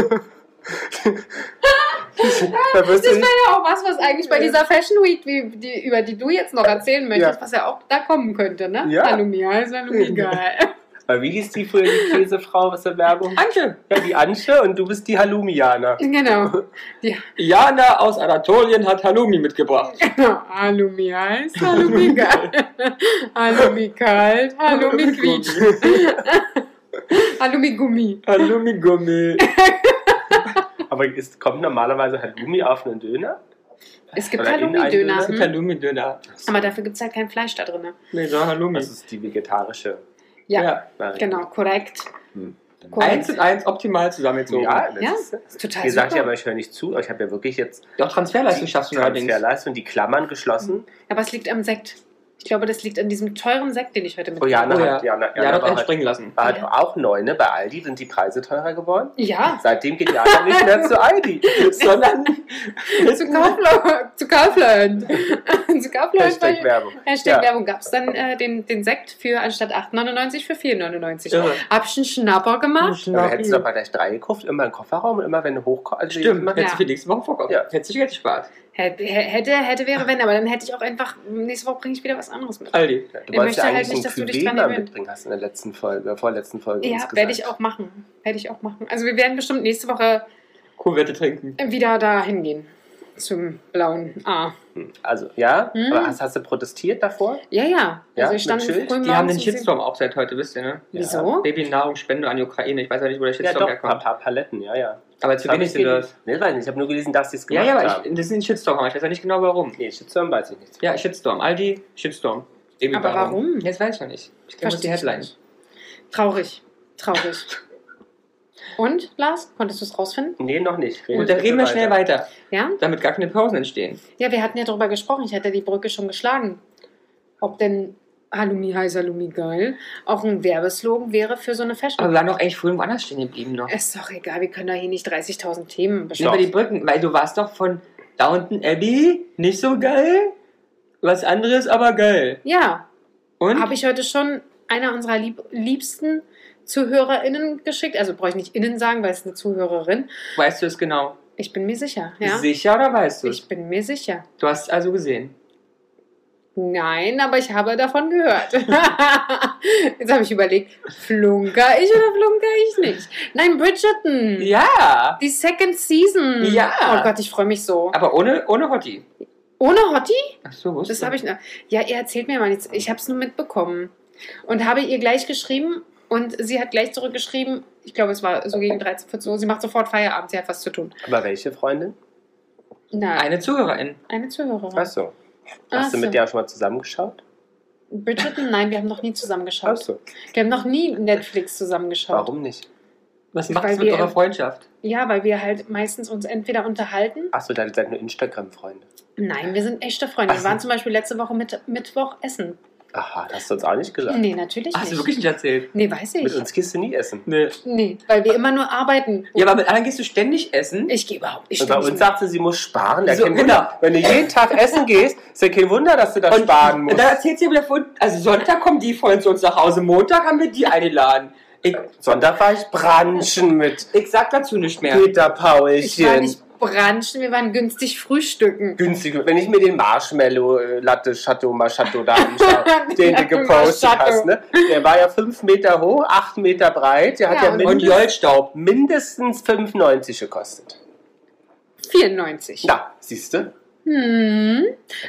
Da wirst
Das
du
war ja auch was, was eigentlich bei dieser Fashion Week, wie, die, über die du jetzt noch erzählen möchtest,
Ja.
was ja auch da kommen könnte, ne?
Ja.
Halloumi heiß, Halloumi geil.
Weil wie hieß die früher die Käsefrau aus der Werbung?
Anke.
Ja, die Ansche und du bist die Halloumianer.
genau.
Jana aus Anatolien hat Halloumi mitgebracht.
Halloumi heiß, Halloumi geil. Halloumi kalt, Halloumi quietsch. Halloumi Gummi.
Halloumi Gummi.
Aber ist, kommt normalerweise Halloumi auf einen Döner?
Es gibt
Oder in einen
Halloumi-Döner.
Döner.
hm?
Halloumi Döner.
Aber dafür gibt es halt kein Fleisch da drin.
Nee, so Halloumi.
Das ist die vegetarische
Ja,
ja.
Variante.
genau, korrekt.
Hm.
Eins
Korrekt.
und eins optimal zusammengezogen.
Ja, das
Ja.
ist. äh,
Ist total
Ihr sagt
super.
ja, aber ich höre nicht zu. Ich habe ja wirklich jetzt
Doch Transferleistung schaffst du allerdings.
Transferleistung, die Klammern geschlossen.
Aber es liegt am Sekt. Ich glaube, das liegt an diesem teuren Sekt, den ich heute
Oh,
mitgebracht
Jana
Oh ja.
hat, Jana, Jana
Ja, doch
war
einen
halt-
springen lassen.
war halt auch neu, ne? Bei Aldi sind die Preise teurer geworden.
Ja,
Seitdem geht Jana nicht mehr zu Aldi.
Sondern
zu Kaufland. zu Kaufland. zu Kaufland.
Hashtag
bei-
Werbung.
Hashtag
Ja.
Werbung gab es dann äh, den, den Sekt für anstatt 8,99 für 4,99.
Irre.
Hab ich einen Schnapper gemacht?
Aber hättest du doch mal gleich drei gekauft, immer im Kofferraum und immer, wenn du hochkommst. Also
Stimmt,
immer-
hättest
Ja.
du für nächste Woche vorkommen.
Ja.
Hättest du dich Geld gespart.
Hätte, hätte, hätte, wäre, wenn, aber dann hätte ich auch einfach, nächste Woche bringe ich wieder was anderes mit.
Du
Aldi.
Er
wolltest
möchte
ja
halt
eigentlich
nicht, dass du
einen
dich dran
Cuvée mal
gewöhnt.
mitbringen, hast du in der letzten Folge, oder vorletzten Folge
Ja,
insgesamt.
werde ich auch machen. Werde ich auch machen. Also wir werden bestimmt nächste Woche
Kuhwette trinken.
wieder da hingehen. Zum blauen A.
Hm. Also, ja,
Hm.
aber hast, hast du protestiert davor?
Ja, ja.
Ja,
Also ich
mit
stand
Schild?
früh
Die
morgens
haben den
um
Shitstorm auch seit heute, wisst ihr, ne?
zehn- Wieso?
Babynahrungsspende an die Ukraine. Ich weiß ja nicht, wo der
Ja,
Shitstorm
doch, ein paar,
herkommt.
paar Paletten, ja, ja.
Aber zu
Hab
wenig
ich
sind
gelesen.
das.
Nee, weiß nicht, ich habe nur gelesen, dass sie es
Ja,
gemacht
ja, aber
haben.
ich, das ist ein Shitstorm, aber ich weiß ja nicht genau warum.
nee, Shitstorm weiß ich nicht.
Ja, Shitstorm. Aldi, Shitstorm. Baby
Aber warum?
Jetzt weiß ich noch nicht. Ich kenne bloß die
Verstehe ich
Headline.
nicht. Traurig. Traurig. Und, Lars, konntest du es rausfinden?
Nee, noch nicht.
Gut, dann
bitte
reden wir schnell weiter,
Ja?
damit gar keine Pausen entstehen.
Ja, wir hatten ja darüber gesprochen. Ich hatte die Brücke schon geschlagen. Ob denn Halloumi heiß, Halloumi geil auch ein Werbeslogan wäre für so eine
Aber wir
Fashion.
waren doch eigentlich früher irgendwo anders stehen geblieben noch.
Ist doch egal, wir können da hier nicht 30.000 Themen
Nimm
besprechen.
mal die Brücken, weil du warst doch von Downton Abbey nicht so geil Was anderes, aber geil.
Ja,
Und?
habe ich heute schon einer unserer lieb liebsten ZuhörerInnen geschickt. Also brauche ich nicht innen sagen, weil es eine Zuhörerin.
Weißt du es genau?
Ich bin mir sicher. Ja?
Sicher oder weißt du es?
Ich bin mir sicher.
Du hast es also gesehen.
Nein, aber ich habe davon gehört. Jetzt habe ich überlegt, flunker ich oder flunker ich nicht? Nein,
Mhm.
Bridgerton.
Ja!
Die Second Season.
Ja.
Oh Gott, ich freue mich so.
Aber ohne, ohne Hotti.
Ohne Hottie?
Ach so, wusste
Das habe ich. noch- Ja, er erzählt mir mal nichts. Ich habe es nur mitbekommen. Und habe ihr gleich geschrieben und sie hat gleich zurückgeschrieben. Ich glaube, es war so gegen 13, 14 Uhr. Sie macht sofort Feierabend, sie hat was zu tun.
Aber welche Freundin?
Nein, eine,
Eine Zuhörerin.
Zuhörerin.
Achso.
Ach
Ah,
Hast
so.
du mit der auch schon mal zusammengeschaut?
Bridgerton? Nein, wir haben noch nie zusammengeschaut.
Achso.
Wir haben noch nie Netflix zusammengeschaut.
Warum nicht?
Was
Weil
macht es mit
wir-
eurer Freundschaft?
Ja, weil wir halt meistens uns entweder unterhalten.
Achso, da seid nur Instagram-Freunde.
Nein, wir sind echte Freunde.
Ach
Wir
so.
waren zum Beispiel letzte Woche mit, Mittwoch essen.
Aha, das hast du uns auch nicht gesagt.
Nee, natürlich
Hast du
nicht.
wirklich nicht erzählt?
Nee, weiß
Mit
ich.
uns gehst du nie essen.
Nee.
Nee, weil wir immer nur arbeiten.
Ja, aber mit anderen gehst du ständig essen.
Ich gehe überhaupt nicht.
Und bei uns
stimmt.
sagt sie, sie muss sparen. Ja,
So,
kein
genau.
Wunder. Wenn du jeden Tag essen gehst, ist ja kein Wunder, dass du da sparen
Und
musst.
dann erzählt sie mir davon, also Sonntag kommen die Freunde zu uns nach Hause, Montag haben wir die eingeladen. Ich,
Sonntag war ich branchen mit
ich sag dazu nichts mehr.
Peter
Ich war
Paulchen.
nicht branchen, wir waren günstig frühstücken.
Günstig. Wenn ich mir den Marshmallow äh, Latte Chateau Machateau da anschaue, den du
Latte
gepostet
Macchiato.
hast, ne? der war ja 5 Meter hoch, 8 Meter breit, der hat
Ja,
ja,
und-
Und
mindest,
Jollstaub.
mindestens 5,90 gekostet.
94.
Na, siehst du?
Hm.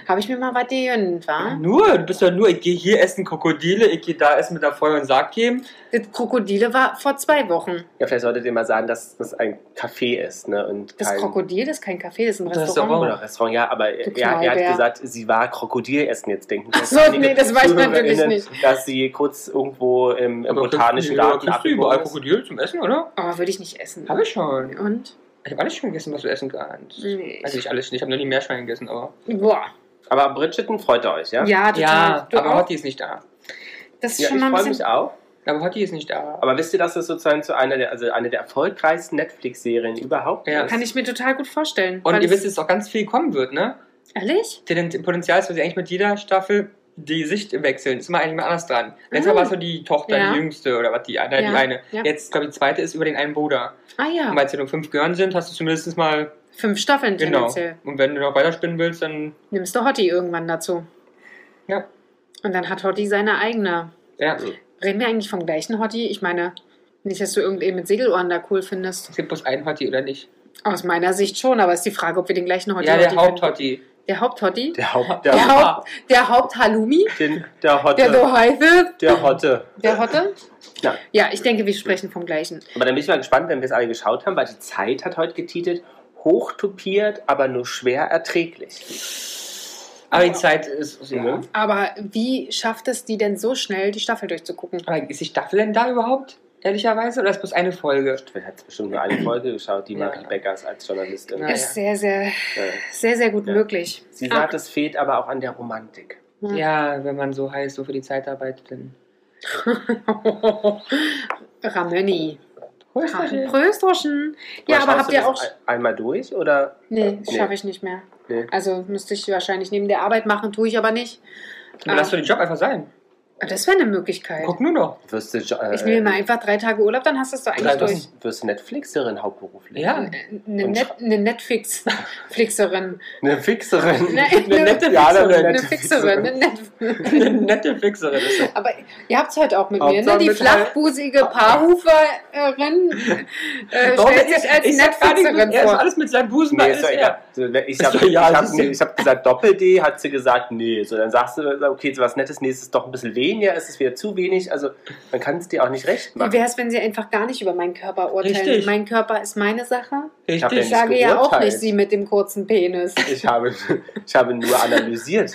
Habe ich mir mal was gegönnt,
Mhm.
wa?
Nur, du bist doch nur, ich gehe hier essen Krokodile, ich gehe da essen mit der Feuer und Sarg geben.
Das Krokodile war vor zwei Wochen.
Ja, vielleicht solltet ihr mal sagen, dass das ein Café ist ne? und
Das
kein
Krokodil, das ist kein Café, das ist ein
Das ist
Restaurant.
Oder Restaurant, ja, aber er, er
Knallbär.
hat gesagt, sie war Krokodil essen. Jetzt denken
Ach so,
einige
nee, das weiß man
ZuhörerInnen,
wirklich
Dass sie kurz irgendwo im, im botanischen Garten
kriegst du überall
abgebogen ist.
Krokodile zum Essen, oder?
Aber würde ich nicht essen.
Habe ich schon.
Und?
Ich habe alles schon gegessen, was du essen kannst.
Nee.
Also ich alles nicht, ich habe noch nie Meerschwein gegessen, aber.
Boah.
Aber Bridgerton freut ihr euch, ja?
Ja, total. du
aber
auch?
Hotti ist nicht da.
Das ist
Ja,
schon
ich
mal ein
freue
bisschen.
mich auch.
Aber Hotti ist nicht da.
Aber wisst ihr, dass das sozusagen zu einer der, also eine der erfolgreichsten Netflix-Serien überhaupt
Ja.
ist?
Kann ich mir total gut vorstellen.
Und
weil
ihr
es-
wisst, dass auch ganz viel kommen wird, ne?
Ehrlich?
Denn das Potenzial ist, dass sie eigentlich mit jeder Staffel die Sicht wechseln. Ist immer eigentlich mal anders dran. Letztes
Ah.
Mal war es so die Tochter,
Ja.
die jüngste oder was, die eine.
Ja,
Die eine.
ja.
Jetzt, glaube ich, die zweite ist über den einen Bruder.
Ah ja.
Und weil es ja nur fünf Gören sind, hast du zumindest mal.
Fünf Staffeln
Genau.
tendenziell.
Und wenn du noch weiterspinnen willst, dann.
Nimmst du Hottie irgendwann dazu.
Ja.
Und dann hat Hottie seine eigene.
Ja,
Reden wir eigentlich vom gleichen Hottie? Ich meine, nicht, dass du irgendeinen mit Segelohren da cool findest.
es gibt bloß einen Hotti oder nicht.
Aus meiner Sicht schon, aber ist die Frage, ob wir den gleichen Hottie
ja, der
Hottie finden.
Haupthotti.
Der Haupthottie?
Der Haupt,
Der,
der,
Haupt, der Haupthalumi?
den, der
Der
Hotte,
Doheife?
der Hotte.
Der Hotte?
Ja.
Ja, ich denke, wir sprechen vom gleichen.
Aber dann bin ich mal gespannt, wenn wir es alle geschaut haben, weil die Zeit hat heute getitelt, hochtopiert, aber nur schwer erträglich.
Aber die Zeit ist. Ja.
Ja.
Aber wie schafft es die denn so schnell, die Staffel durchzugucken?
Aber ist die Staffel denn da überhaupt? Ehrlicherweise? Oder ist bloß eine Folge?
Vielleicht hat bestimmt nur eine Folge geschaut, die
Ja.
Marie Beckers als Journalistin.
Ah, Ja.
Ist sehr, sehr,
Äh,
sehr, sehr gut
Ja.
möglich.
Sie sagt, es fehlt aber auch an der Romantik.
Ja, wenn man so heiß so für die Zeit arbeitet, dann.
Ramöni.
Holst du den?
Pröstroschen. Ja, aber
schaust
habt
du
ihr
das
auch.
ein- einmal durch oder?
Nee,
Nee.
schaffe ich nicht mehr.
Nee.
Also müsste ich wahrscheinlich neben der Arbeit machen, tue ich aber nicht.
Dann lass doch den Job einfach sein.
Das wäre eine Möglichkeit.
Guck nur noch.
Wirst du, jo- äh,
Ich nehme mal einfach drei Tage Urlaub, dann hast du es doch eigentlich
Drei
durch.
wirst, wirst du Netflixerin hauptberuflich?
Ja.
Eine,
Und
Net, eine Netflix-Flixerin.
Eine Fixerin.
Ne-
Eine nette
Ja, eine
Fixerin.
Eine
nette
Fixerin. ne? Eine Net
Eine nette Fixerin ist das.
Aber ihr habt es heute auch mit mir, ne?
Hauptsache
Die
mit
flachbusige Paarhuferin äh,
Doch,
stellt
ich-
sich als
ich sag gar nicht,
Netflixerin
er ist
vor.
alles mit seinem Busen,
Nee,
nee,
ist doch
er.
egal. So, wenn- Ich
Ist
habe
doch egal,
ich hab,
siehst du.
nee, ich hab gesagt Doppel-D, hat sie gesagt, nee. So, dann sagst du, okay, so was Nettes, nee, es ist doch ein bisschen weniger, es ist wieder zu wenig. Also, man kann es dir auch nicht recht
Wie
machen.
wäre es, wenn sie einfach gar nicht über meinen Körper urteilen?
Richtig.
Mein Körper ist meine Sache.
Ich hab
Ich
Richtig.
ja-
sage ja auch
geurteilt.
nicht, sie mit dem kurzen Penis.
Ich habe, ich habe nur analysiert.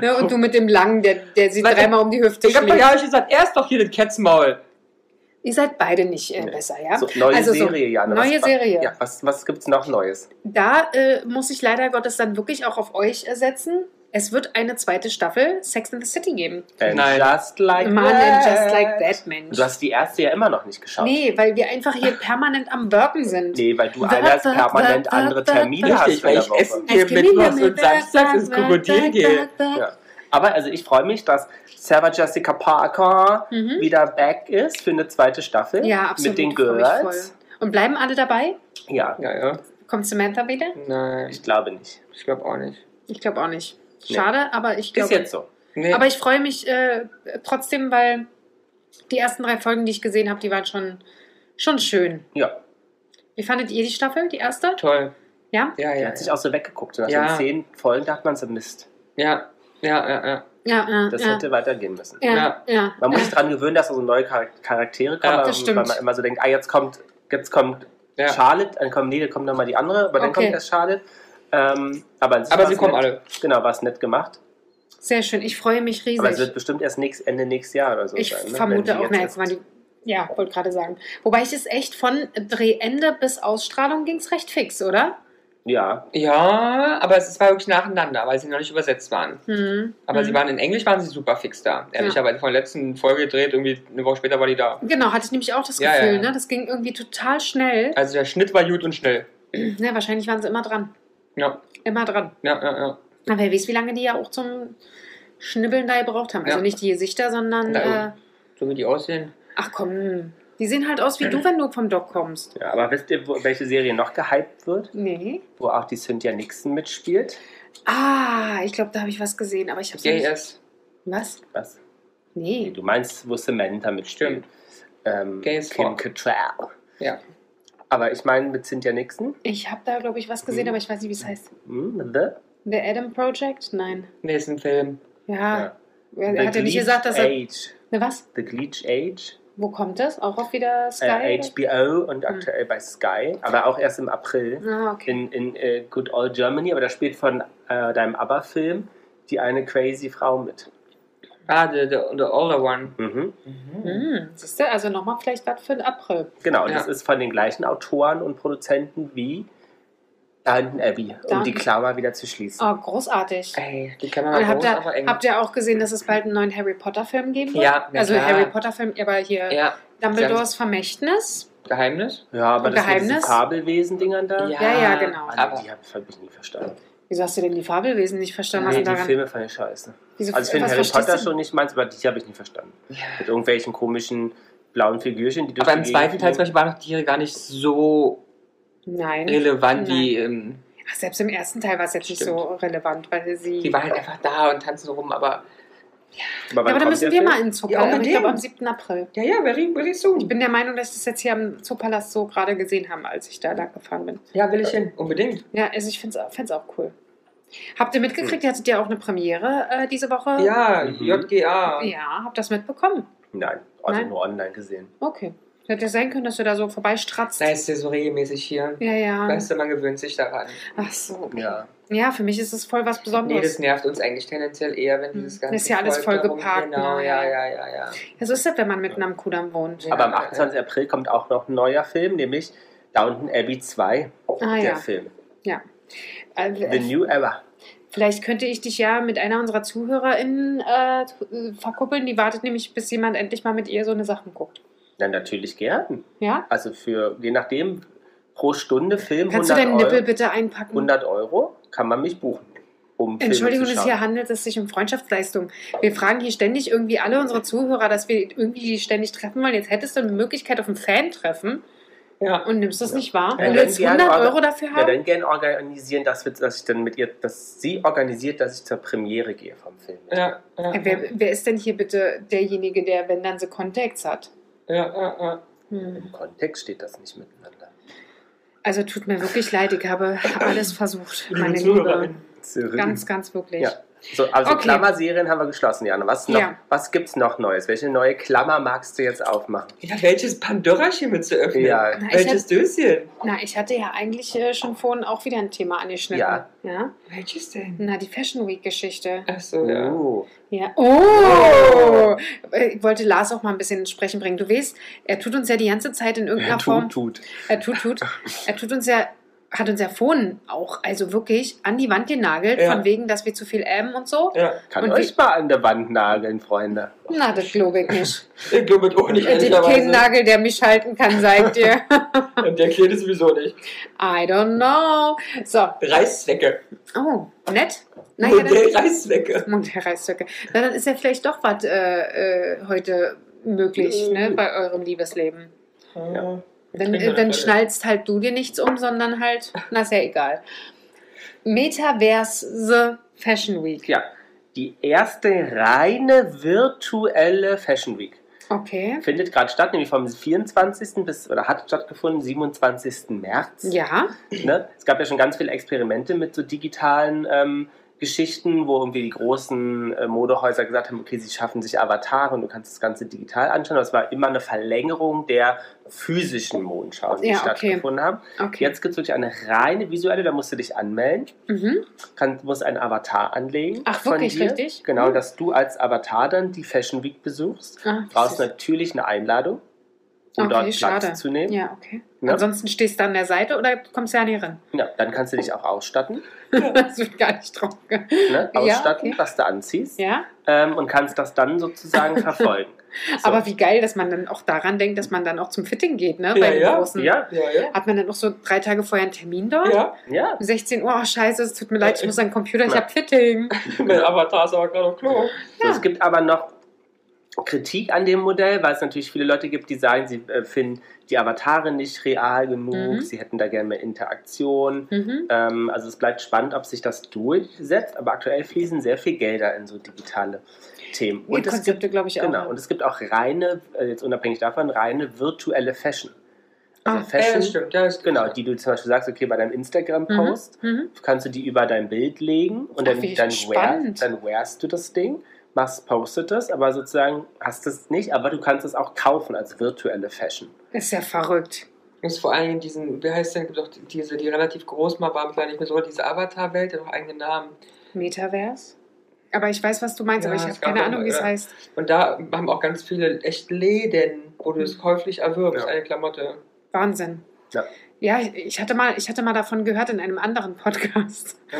Ne? Und du mit dem langen, der, der sie
Weil-
dreimal um die Hüfte
Ich hab doch
schlägt.
gar nicht gesagt, er ist doch hier das Ketzmaul.
Ihr seid beide nicht äh,
Nee.
besser, ja?
So, neue
Also so,
Serie, Jana.
neue
was,
Serie.
Ja, was, was gibt's noch Neues?
Da äh, muss ich leider Gottes dann wirklich auch auf euch äh, setzen. es wird eine zweite Staffel Sex in the City geben.
And
Nein.
Äh, Just like
Mann,
that.
and just like that, Mensch.
Du hast die erste ja immer noch nicht geschaut.
Nee, weil wir einfach hier permanent am Worken sind.
Nee, weil du
Da,
einer
da,
permanent
da,
andere
da,
Termine
da.
hast
Richtig,
in
weil
der
ich
Woche.
essen gehe
Es gibt mir
mittwochs
mehr
und samstags ins
Werk,
Krokodil
Werk,
gehe.
Werk, Werk.
Ja. Aber also ich freue mich, dass Sarah Jessica Parker
Mhm.
wieder back ist für eine zweite Staffel
Ja, absolut.
mit den
freu mich
Girls.
voll. Und bleiben alle dabei?
Ja,
Ja, ja.
Kommt Samantha wieder?
Nein,
ich glaube nicht.
ich glaube auch nicht.
Ich glaube auch nicht.
Nee.
Schade, aber ich
Ist
glaube.
jetzt so.
Nee.
Aber ich freue mich äh, trotzdem, weil die ersten drei Folgen, die ich gesehen habe, die waren schon, schon schön.
Ja,
Wie fandet ihr die Staffel, die erste?
Toll.
Ja?
Ja,
die
ja.
hat sich auch so weggeguckt. Und nach
Ja.
den zehn Folgen dachte man so, Mist,
Ja, ja, ja. ja.
Ja, ja.
das
ja.
hätte weitergehen müssen.
ja, ja.
Ja.
Man muss
ja.
sich daran gewöhnen, dass da so neue Char- Charaktere kommen,
Ja.
Das
weil
stimmt.
man immer so denkt, ah, jetzt kommt, jetzt kommt
ja.
Charlotte, dann kommt, nee, dann kommt nochmal die andere, aber dann
Okay.
kommt erst Charlotte. Ähm, aber an sich
Aber
war's
sie kommen
nett.
alle.
Genau, war es nett gemacht.
Sehr schön. Ich freue mich riesig.
Aber es wird bestimmt erst nächst, Ende nächstes Jahr oder so
ich
sein. ne? Wenn
vermute
die
auch,
jetzt
na,
erst-
jetzt waren die. Ja, wollte gerade sagen. Wobei ich es echt von Drehende bis Ausstrahlung ging es recht fix, oder?
Ja,
Ja, aber es war wirklich nacheinander, weil sie noch nicht übersetzt waren.
Hm.
Aber
hm.
sie waren in Englisch, waren sie super fix da. Ehrlicherweise von der letzten Folge gedreht, irgendwie eine Woche später war die da.
Genau, hatte ich nämlich auch das
Ja,
Gefühl,
ja.
ne? Das ging irgendwie total schnell.
Also der Schnitt war gut und schnell.
Ne, wahrscheinlich waren sie immer dran.
Ja,
Immer dran.
ja, ja, ja.
Aber wer weiß, wie lange die ja auch zum Schnibbeln da gebraucht haben. Also
Ja.
nicht die Gesichter, sondern.
Ja.
Äh,
So wie die aussehen.
ach komm, die sehen halt aus wie du, wenn du vom Doc kommst.
ja, aber wisst ihr, wo, welche Serie noch gehypt wird?
Nee.
Wo auch die Cynthia Nixon mitspielt?
Ah, ich glaube, da habe ich was gesehen, aber ich habe
Gay
nicht.
ist.
Was?
Was? Nee,
Nee.
du meinst, wo Samantha mitspielt.
Stimmt.
Ähm,
Gay is
Kim
fuck.
Cattrall.
Ja.
Aber ich meine mit Cynthia Nixon.
Ich habe da, glaube ich, was gesehen,
Hm.
aber ich weiß nicht, wie es heißt.
Hm, the?
The Adam Project? Nein.
Nee, ist ein Film.
Ja. Er
The
hat ja nicht
Glitch
gesagt, dass er.
Age.
Ne, was?
The Glitch Age.
Wo kommt das? Auch auf wieder Sky?
Äh,
oder? Hm.
HBO und aktuell bei Sky. Aber auch erst im April.
Ah, okay.
in, in äh, Good Old Germany, aber da spielt von äh, deinem ABBA-Film die eine crazy Frau mit.
Ah, the, the, the older one.
Mhm.
Hm, siehst du, also nochmal vielleicht was für den April.
Genau, und
Ja.
das ist von den gleichen Autoren und Produzenten wie Downton Abbey, um
Downton-
die Klammer wieder zu schließen.
Oh, großartig.
Ey, die kann man mal
Und habt,
groß,
ihr,
aber eng.
habt ihr auch gesehen, dass es bald einen neuen Harry Potter-Film geben wird?
Ja, na
Also
klar.
Harry Potter-Film, aber hier
ja.
Dumbledores Vermächtnis.
Geheimnis?
Ja, aber
Und
das mit diesen
Geheimnis?
Fabelwesen-Dingern da,
Ja, ja, genau.
Mann,
Aber
die habe hab ich nie verstanden.
Wieso hast du denn die Fabelwesen nicht verstanden? Was
nee,
ist
die
denn daran?
Filme fand ich scheiße.
Wieso,
Also ich finde
was
Harry
verstehst
Potter
du?
schon nicht meins, aber die habe ich nie verstanden.
Ja.
Mit irgendwelchen komischen blauen Figürchen, die durch
Aber im
die
zweiten
Gegend
Teil zum
fliegen.
Beispiel waren doch Tiere gar nicht so
Nein.
relevant, die, ähm,
Ach, selbst im ersten Teil war es jetzt nicht
Stimmt.
so relevant, weil sie.
die waren halt einfach da und tanzen so rum, aber.
wann
ja, aber da
kommt
müssen
der
wir
Film?
mal in den
Ja,
Zoopalast. ich
unbedingt.
glaube am 7. April.
Ja, ja, very, very
Ich
soon.
bin der Meinung, dass ich das jetzt hier am Zoopalast so gerade gesehen haben, als ich da lang gefahren bin.
Ja, will ich hin, unbedingt.
Ja, also ich finde es auch cool. Habt ihr
Hm.
mitgekriegt, ihr hattet ja auch eine Premiere äh, diese Woche?
Ja,
Mhm.
JGA.
Ja, habt das mitbekommen?
Nein, also
Nein.
nur online gesehen.
Okay. Hätte ja sein können, dass du da so vorbeistratzt.
Da ist ja so regelmäßig hier.
Ja, ja.
Weißt du, man gewöhnt sich daran.
Ach so.
Ja.
Ja, für mich ist es voll was
Nee,
Besonderes.
das nervt uns eigentlich tendenziell eher, wenn dieses
Mhm.
ganze.
Ist ja alles
Volk darum-
vollgepackt,
Genau,
ne?
ja, ja, ja, ja.
Ja, so ist das, wenn man mitten am Kudamm wohnt.
Ja.
Aber am 28. April kommt auch noch ein neuer Film, nämlich Downton Abbey 2,
Ah,
der
ja.
Film. The
Äh,
New Era.
vielleicht könnte ich dich ja mit einer unserer ZuhörerInnen äh, äh, verkuppeln. Die wartet nämlich, bis jemand endlich mal mit ihr so eine Sachen guckt.
Na, natürlich gern.
Ja?
Also für, je nachdem, pro Stunde Film
Kannst du
100
deinen Nippel
Euro,
bitte einpacken?
100 Euro kann man mich buchen. Um Filme
Entschuldigung,
zu
es
schauen.
hier handelt es sich um Freundschaftsleistungen. Wir fragen hier ständig irgendwie alle unsere Zuhörer, dass wir irgendwie die ständig treffen wollen. Jetzt hättest du eine Möglichkeit auf ein Fan-Treffen
Ja,
und nimmst das nicht wahr.
Ja,
Wenn du
dann
jetzt
gerne,
100
aber-
Euro dafür
Ja,
haben.
dann gern organisieren, dass, wir, dass ich dann mit ihr, dass sie organisiert, dass ich zur Premiere gehe vom Film.
ja, ja.
Ey, Äh, Wer, wer ist denn hier bitte derjenige, der, wenn dann so Contacts hat?
Ja, ja, ja.
Im Kontext steht das nicht miteinander.
Also tut mir wirklich leid, ich habe alles versucht, meine
Liebe
Liebe.
Zuhörerin.
Zurück.
Ganz, ganz wirklich.
Ja. So, also
Okay.
Klammerserien haben wir geschlossen, Jana. Was, noch,
Ja.
was gibt's noch Neues? Welche neue Klammer magst du jetzt aufmachen?
Ja, welches Pandorachen mit zu öffnen?
Ja.
Na, ich
Welches Döschen?
Na, ich hatte ja eigentlich äh, schon vorhin auch wieder ein Thema angeschnitten.
Ja.
ja?
Welches denn?
Na, die Fashion Week-Geschichte.
Ach so, ja.
Oh.
Ja. Oh! Ich wollte Lars auch mal ein bisschen ins Sprechen bringen. Du weißt, er tut uns ja die ganze Zeit in irgendeiner Form.
Tut, tut.
Er tut, tut. Er tut uns ja hat uns ja vorhin auch, also wirklich an die Wand genagelt,
Ja.
von wegen, dass wir zu viel erben und so.
Ja.
Kann
Und
euch
wie-
mal an der Wand nageln, Freunde.
Na, das glaube ich nicht. Äh,
Ich glaube, mit auch nicht
Den
ehrlicherweise.
Nagel, der mich halten kann, seid ihr.
Und der Kleine sowieso nicht.
I don't know. So,
Reißzwecke.
oh, nett. Naja,
Modell
dann,
Reißzwecke.
Modellreißzwecke. Na, dann ist ja vielleicht doch was äh, äh, heute möglich,
Mhm.
ne, bei eurem Liebesleben.
Ja.
Dann,
Kriegen wir
äh, dann
das
schnallst halt du dir nichts um, sondern halt, na ist ja egal. Metaverse Fashion Week.
Ja, die erste reine virtuelle Fashion Week
Okay.
findet gerade statt, nämlich vom 24. bis, oder hat stattgefunden, 27. März.
Ja.
Ne? Es gab ja schon ganz viele Experimente mit so digitalen ähm, Geschichten, wo irgendwie die großen äh, Modehäuser gesagt haben, okay, sie schaffen sich Avatare und du kannst das Ganze digital anschauen. Das war immer eine Verlängerung der physischen Modenschauen, die
Ja, okay.
stattgefunden haben.
Okay.
Jetzt gibt es wirklich eine reine visuelle, da musst du dich anmelden,
Mhm.
kann, musst einen Avatar anlegen.
Ach,
von
wirklich,
dir.
richtig?
Genau,
Mhm.
dass du als Avatar dann die Fashion Week besuchst.
Ah,
Brauchst
das ist-
natürlich eine Einladung, um
Okay,
dort Platz
schade.
zu nehmen.
Ja, also- okay.
Ne?
Ansonsten stehst du an der Seite oder kommst ja nicht ran.
Ja, dann kannst du dich auch ausstatten,
Das wird gar nicht drauf. ge-
ne?
Ja,
ausstatten,
okay.
was du anziehst.
Ja.
ähm, und kannst das dann sozusagen verfolgen. So.
Aber wie geil, dass man dann auch daran denkt, dass man dann auch zum Fitting geht, ne?
Ja,
Bei den
ja.
großen.
ja,
Ja, ja.
Hat man dann auch so drei Tage vorher einen Termin dort?
Ja,
ja,
Um 16 Uhr, oh scheiße, es tut mir leid, ich muss an den Computer, ich
Ja.
habe Fitting.
mein Avatar ist aber gerade auf Klo.
So, Es gibt aber noch Kritik an dem Modell, weil es natürlich viele Leute gibt, die sagen, sie äh, finden die Avatare nicht real genug,
Mhm.
sie hätten da gerne mehr Interaktion.
Mhm.
Ähm, also es bleibt spannend, ob sich das durchsetzt, aber aktuell fließen sehr viel Gelder in so digitale Themen.
Und
Und es gibt,
Konzepte, glaube ich, auch.
genau, und es gibt auch reine, äh, jetzt unabhängig davon, reine virtuelle Fashion. Also
Ah,
Ja,
Fashion,
das stimmt. Ähm, Ja, das
genau, die du zum Beispiel sagst, okay, bei deinem Instagram-Post,
Mhm.
kannst du die über dein Bild legen und
Ach,
dann,
wie
dann, wear,
spannend.
dann wearst du das Ding, machst, postet das, aber sozusagen hast es nicht, aber du kannst es auch kaufen als virtuelle Fashion.
Ist ja verrückt.
Ist vor allem diesen, wie heißt denn, gibt doch diese, die relativ groß mal waren, vielleicht nicht mehr so, diese Avatar-Welt, hat auch eigenen Namen.
Metaverse? Aber ich weiß, was du meinst,
Ja,
aber ich habe
es gab
keine
doch
Ahnung,
mal,
wie es
ja.
heißt.
Und da haben auch ganz viele echt Läden, wo du es käuflich erwirbst,
Ja.
eine Klamotte.
Wahnsinn.
Ja.
Ja, ich- ich hatte, mal, ich hatte mal davon gehört in einem anderen Podcast,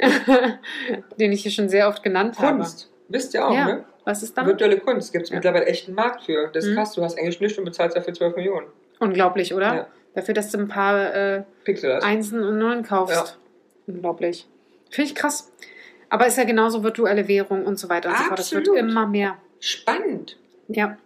Ja.
den ich hier schon sehr oft genannt habe.
Kunst, wisst ihr auch,
Ja.
ne?
Was ist damit?
Virtuelle Kunst gibt es
Ja.
mittlerweile echt einen Markt für. Das ist
Mhm.
krass, du hast eigentlich nichts und bezahlst dafür 12 Millionen
Unglaublich, oder?
Ja.
Dafür, dass du ein paar äh,
Pixel. Das.
Einsen und Nullen kaufst. Unglaublich. Finde ich krass. Aber ist ja genauso virtuelle Währung und so weiter und so fort. Das wird
Absolut.
immer mehr.
Spannend.
Ja.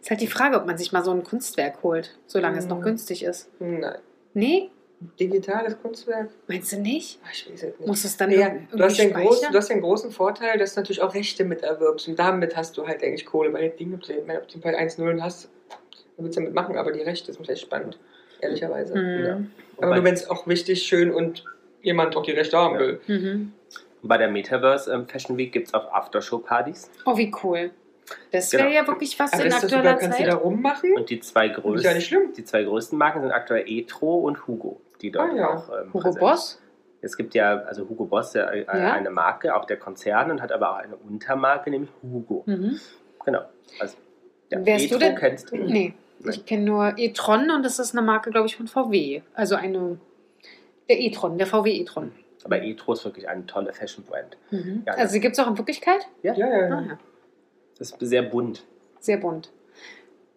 Ist halt die Frage, ob man sich mal so ein Kunstwerk holt, solange es noch
Mhm.
günstig ist.
Nein.
Nee?
Digitales Kunstwerk?
Meinst du nicht?
Ach, Ich weiß es nicht.
Muss es dann
Ja,
irgendwie
du, hast den
speichern?
großen, du hast den großen Vorteil, dass du natürlich auch Rechte mit erwirbst und damit hast du halt eigentlich Kohle bei den Dingen. Ich meine, ob du bei 1-0 hast, dann willst du damit machen, aber die Rechte das ist vielleicht spannend, ehrlicherweise.
Ja.
Mhm.
Und
Aber
bei,
nur wenn es auch richtig schön und jemand auch die Rechte haben
Ja.
will.
Mhm.
und bei der Metaverse ähm, Fashion Week gibt es auch Aftershow-Partys
Oh, wie cool. Das wäre
Genau.
ja wirklich was
Aber
in
ist das sogar,
aktueller
kannst du da
Zeit.
rummachen?
und die zwei
Ist ja nicht
größten,
schlimm.
die zwei größten Marken sind aktuell Etro und Hugo, die dort
Ah, ja.
auch ähm,
Hugo
präsent
Boss?
Es gibt ja, also Hugo Boss, ja, äh,
Ja.
eine Marke, auch der Konzern und hat aber auch eine Untermarke, nämlich Hugo.
Mhm.
Genau. Also, ja,
Wärst du
Etro
denn-
kennst du.
Nee, ich kenne nur e-tron und das ist eine Marke, glaube ich, von VW. Also eine, der e-tron, der VW e-tron.
Aber Etro ist wirklich eine tolle Fashion-Brand.
Mhm.
Ja,
also die gibt es auch in Wirklichkeit?
Ja, ja,
Ah,
ja.
ja.
Das ist sehr bunt.
Sehr bunt.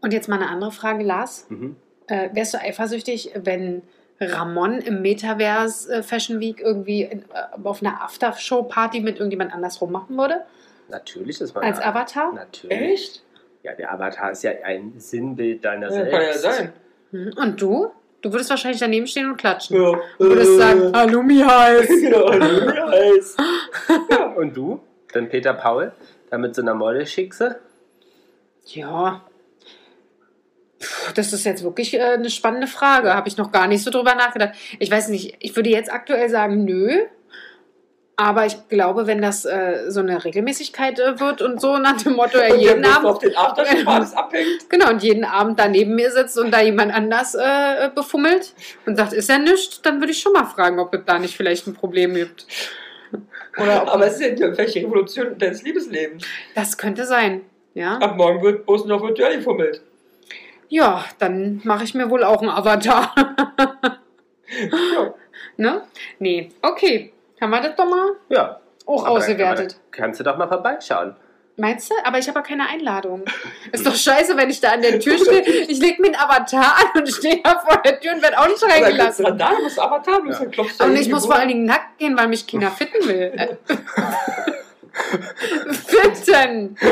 Und jetzt mal eine andere Frage, Lars.
Mhm.
Äh, wärst du eifersüchtig, wenn Ramon im Metaverse äh, Fashion Week irgendwie in, äh, auf einer Aftershow-Party mit irgendjemand anders rummachen würde?
Natürlich ist man
Als
da-
Avatar?
Natürlich.
Echt?
Ja, der Avatar ist ja ein Sinnbild deiner
Ja, kann ja
selbst.
sein.
Mhm. Und du? Du würdest wahrscheinlich daneben stehen und klatschen.
Ja. Äh,
Du würdest sagen, hallo Mihais.
genau, ja, ist-
Und du? Dann Peter Paul, dann mit so einer Model-Schickse.
Ja. Puh, Das ist jetzt wirklich äh, eine spannende Frage. Habe ich noch gar nicht so drüber nachgedacht. Ich weiß nicht, ich würde jetzt aktuell sagen, nö. Aber ich glaube, wenn das äh, so eine Regelmäßigkeit äh, wird und so nach dem Motto, äh,
Und der
jeden
Blick auf
Abend,
den Afterspaß abhängt.
genau, und jeden Abend da neben mir sitzt und da jemand anders äh, äh, befummelt und sagt, ist ja nichts, dann würde ich schon mal fragen, ob es da nicht vielleicht ein Problem gibt. Oder ob,
Aber es ist ja vielleicht die Revolution deines Liebeslebens.
das könnte sein. Ja,
Ab morgen wird bloß noch virtuell gefummelt.
ja dann mache ich mir wohl auch einen Avatar. Ne? Nee. Okay. Haben wir das doch mal
Ja. aber dann kann
auch
man-
ausgewertet.
Kannst du doch mal vorbeischauen.
Meinst du? Aber ich habe ja keine Einladung. Ist doch scheiße, wenn ich da an der Tür stehe. Ich lege mir einen Avatar an und stehe da vor der Tür und werde auch nicht reingelassen.
Da muss Avatar, du
Ja.
ja. klopfst
Und ich muss vor allen Dingen nackt gehen, weil mich keiner fitten will. Äh, Fitten!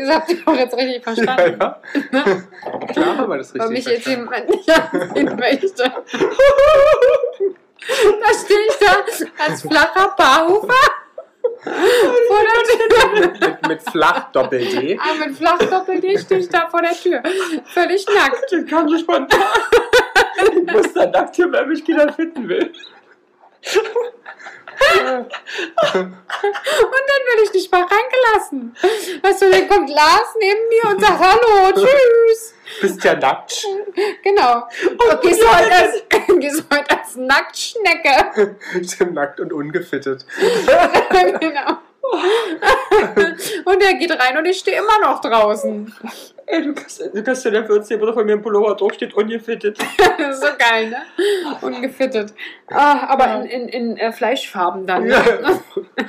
Das habt ihr auch jetzt richtig verstanden.
ja. Klar haben wir das richtig
weil mich jetzt
verstanden.
jemand nicht ansehen möchte. da stehe ich da als flacher Paarhufer vor der Tür.
mit, mit flach Doppel-D.
Ah, mit Flachdoppel-D stehe ich da vor der Tür. Völlig nackt.
Ich kann so spontan. ich muss da nackt hier, weil mich keiner finden will.
Und dann werde ich nicht mal reingelassen. Weißt du, dann kommt Lars neben mir und sagt Hallo, tschüss.
Bist ja nackt.
Genau. Und gehst du heute als, gehst du heute als Nacktschnecke.
Stimmt, nackt und ungefittet.
genau.
Oh.
und er geht rein und ich stehe immer noch draußen.
Ey, du kannst, du kannst dir dafür erzählen, wo doch bei mir ein Pullover draufsteht, ungefittet.
Das ist so geil, ne? Ungefittet. Ah, aber in, in, in äh, Fleischfarben dann. Ne?
Ja.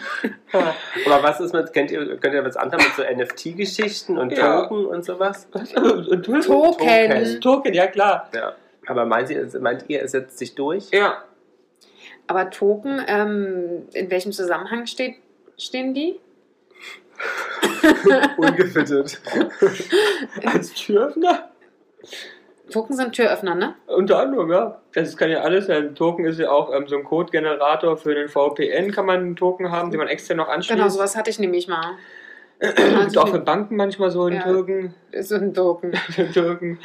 Ah, Aber was ist mit, kennt ihr, könnt ihr was anderes mit so NFT-Geschichten und
Ja.
Token und sowas?
Und du
Token.
Token.
Token, ja klar.
Ja. Aber meint ihr, meint ihr, es setzt sich durch?
Ja.
Aber Token, ähm, in welchem Zusammenhang steht, stehen die?
Ungefittet.
Als Türöffner?
Token sind Türöffner, ne?
Unter anderem, ja. Das kann ja alles sein. Ein Token ist ja auch ähm, so ein Codegenerator für den VPN, kann man einen Token haben, den man extern noch anschließt.
Genau, sowas hatte ich nämlich mal.
Gibt auch für Banken manchmal so einen
Ja.
Türken.
so ein Token.
Türken.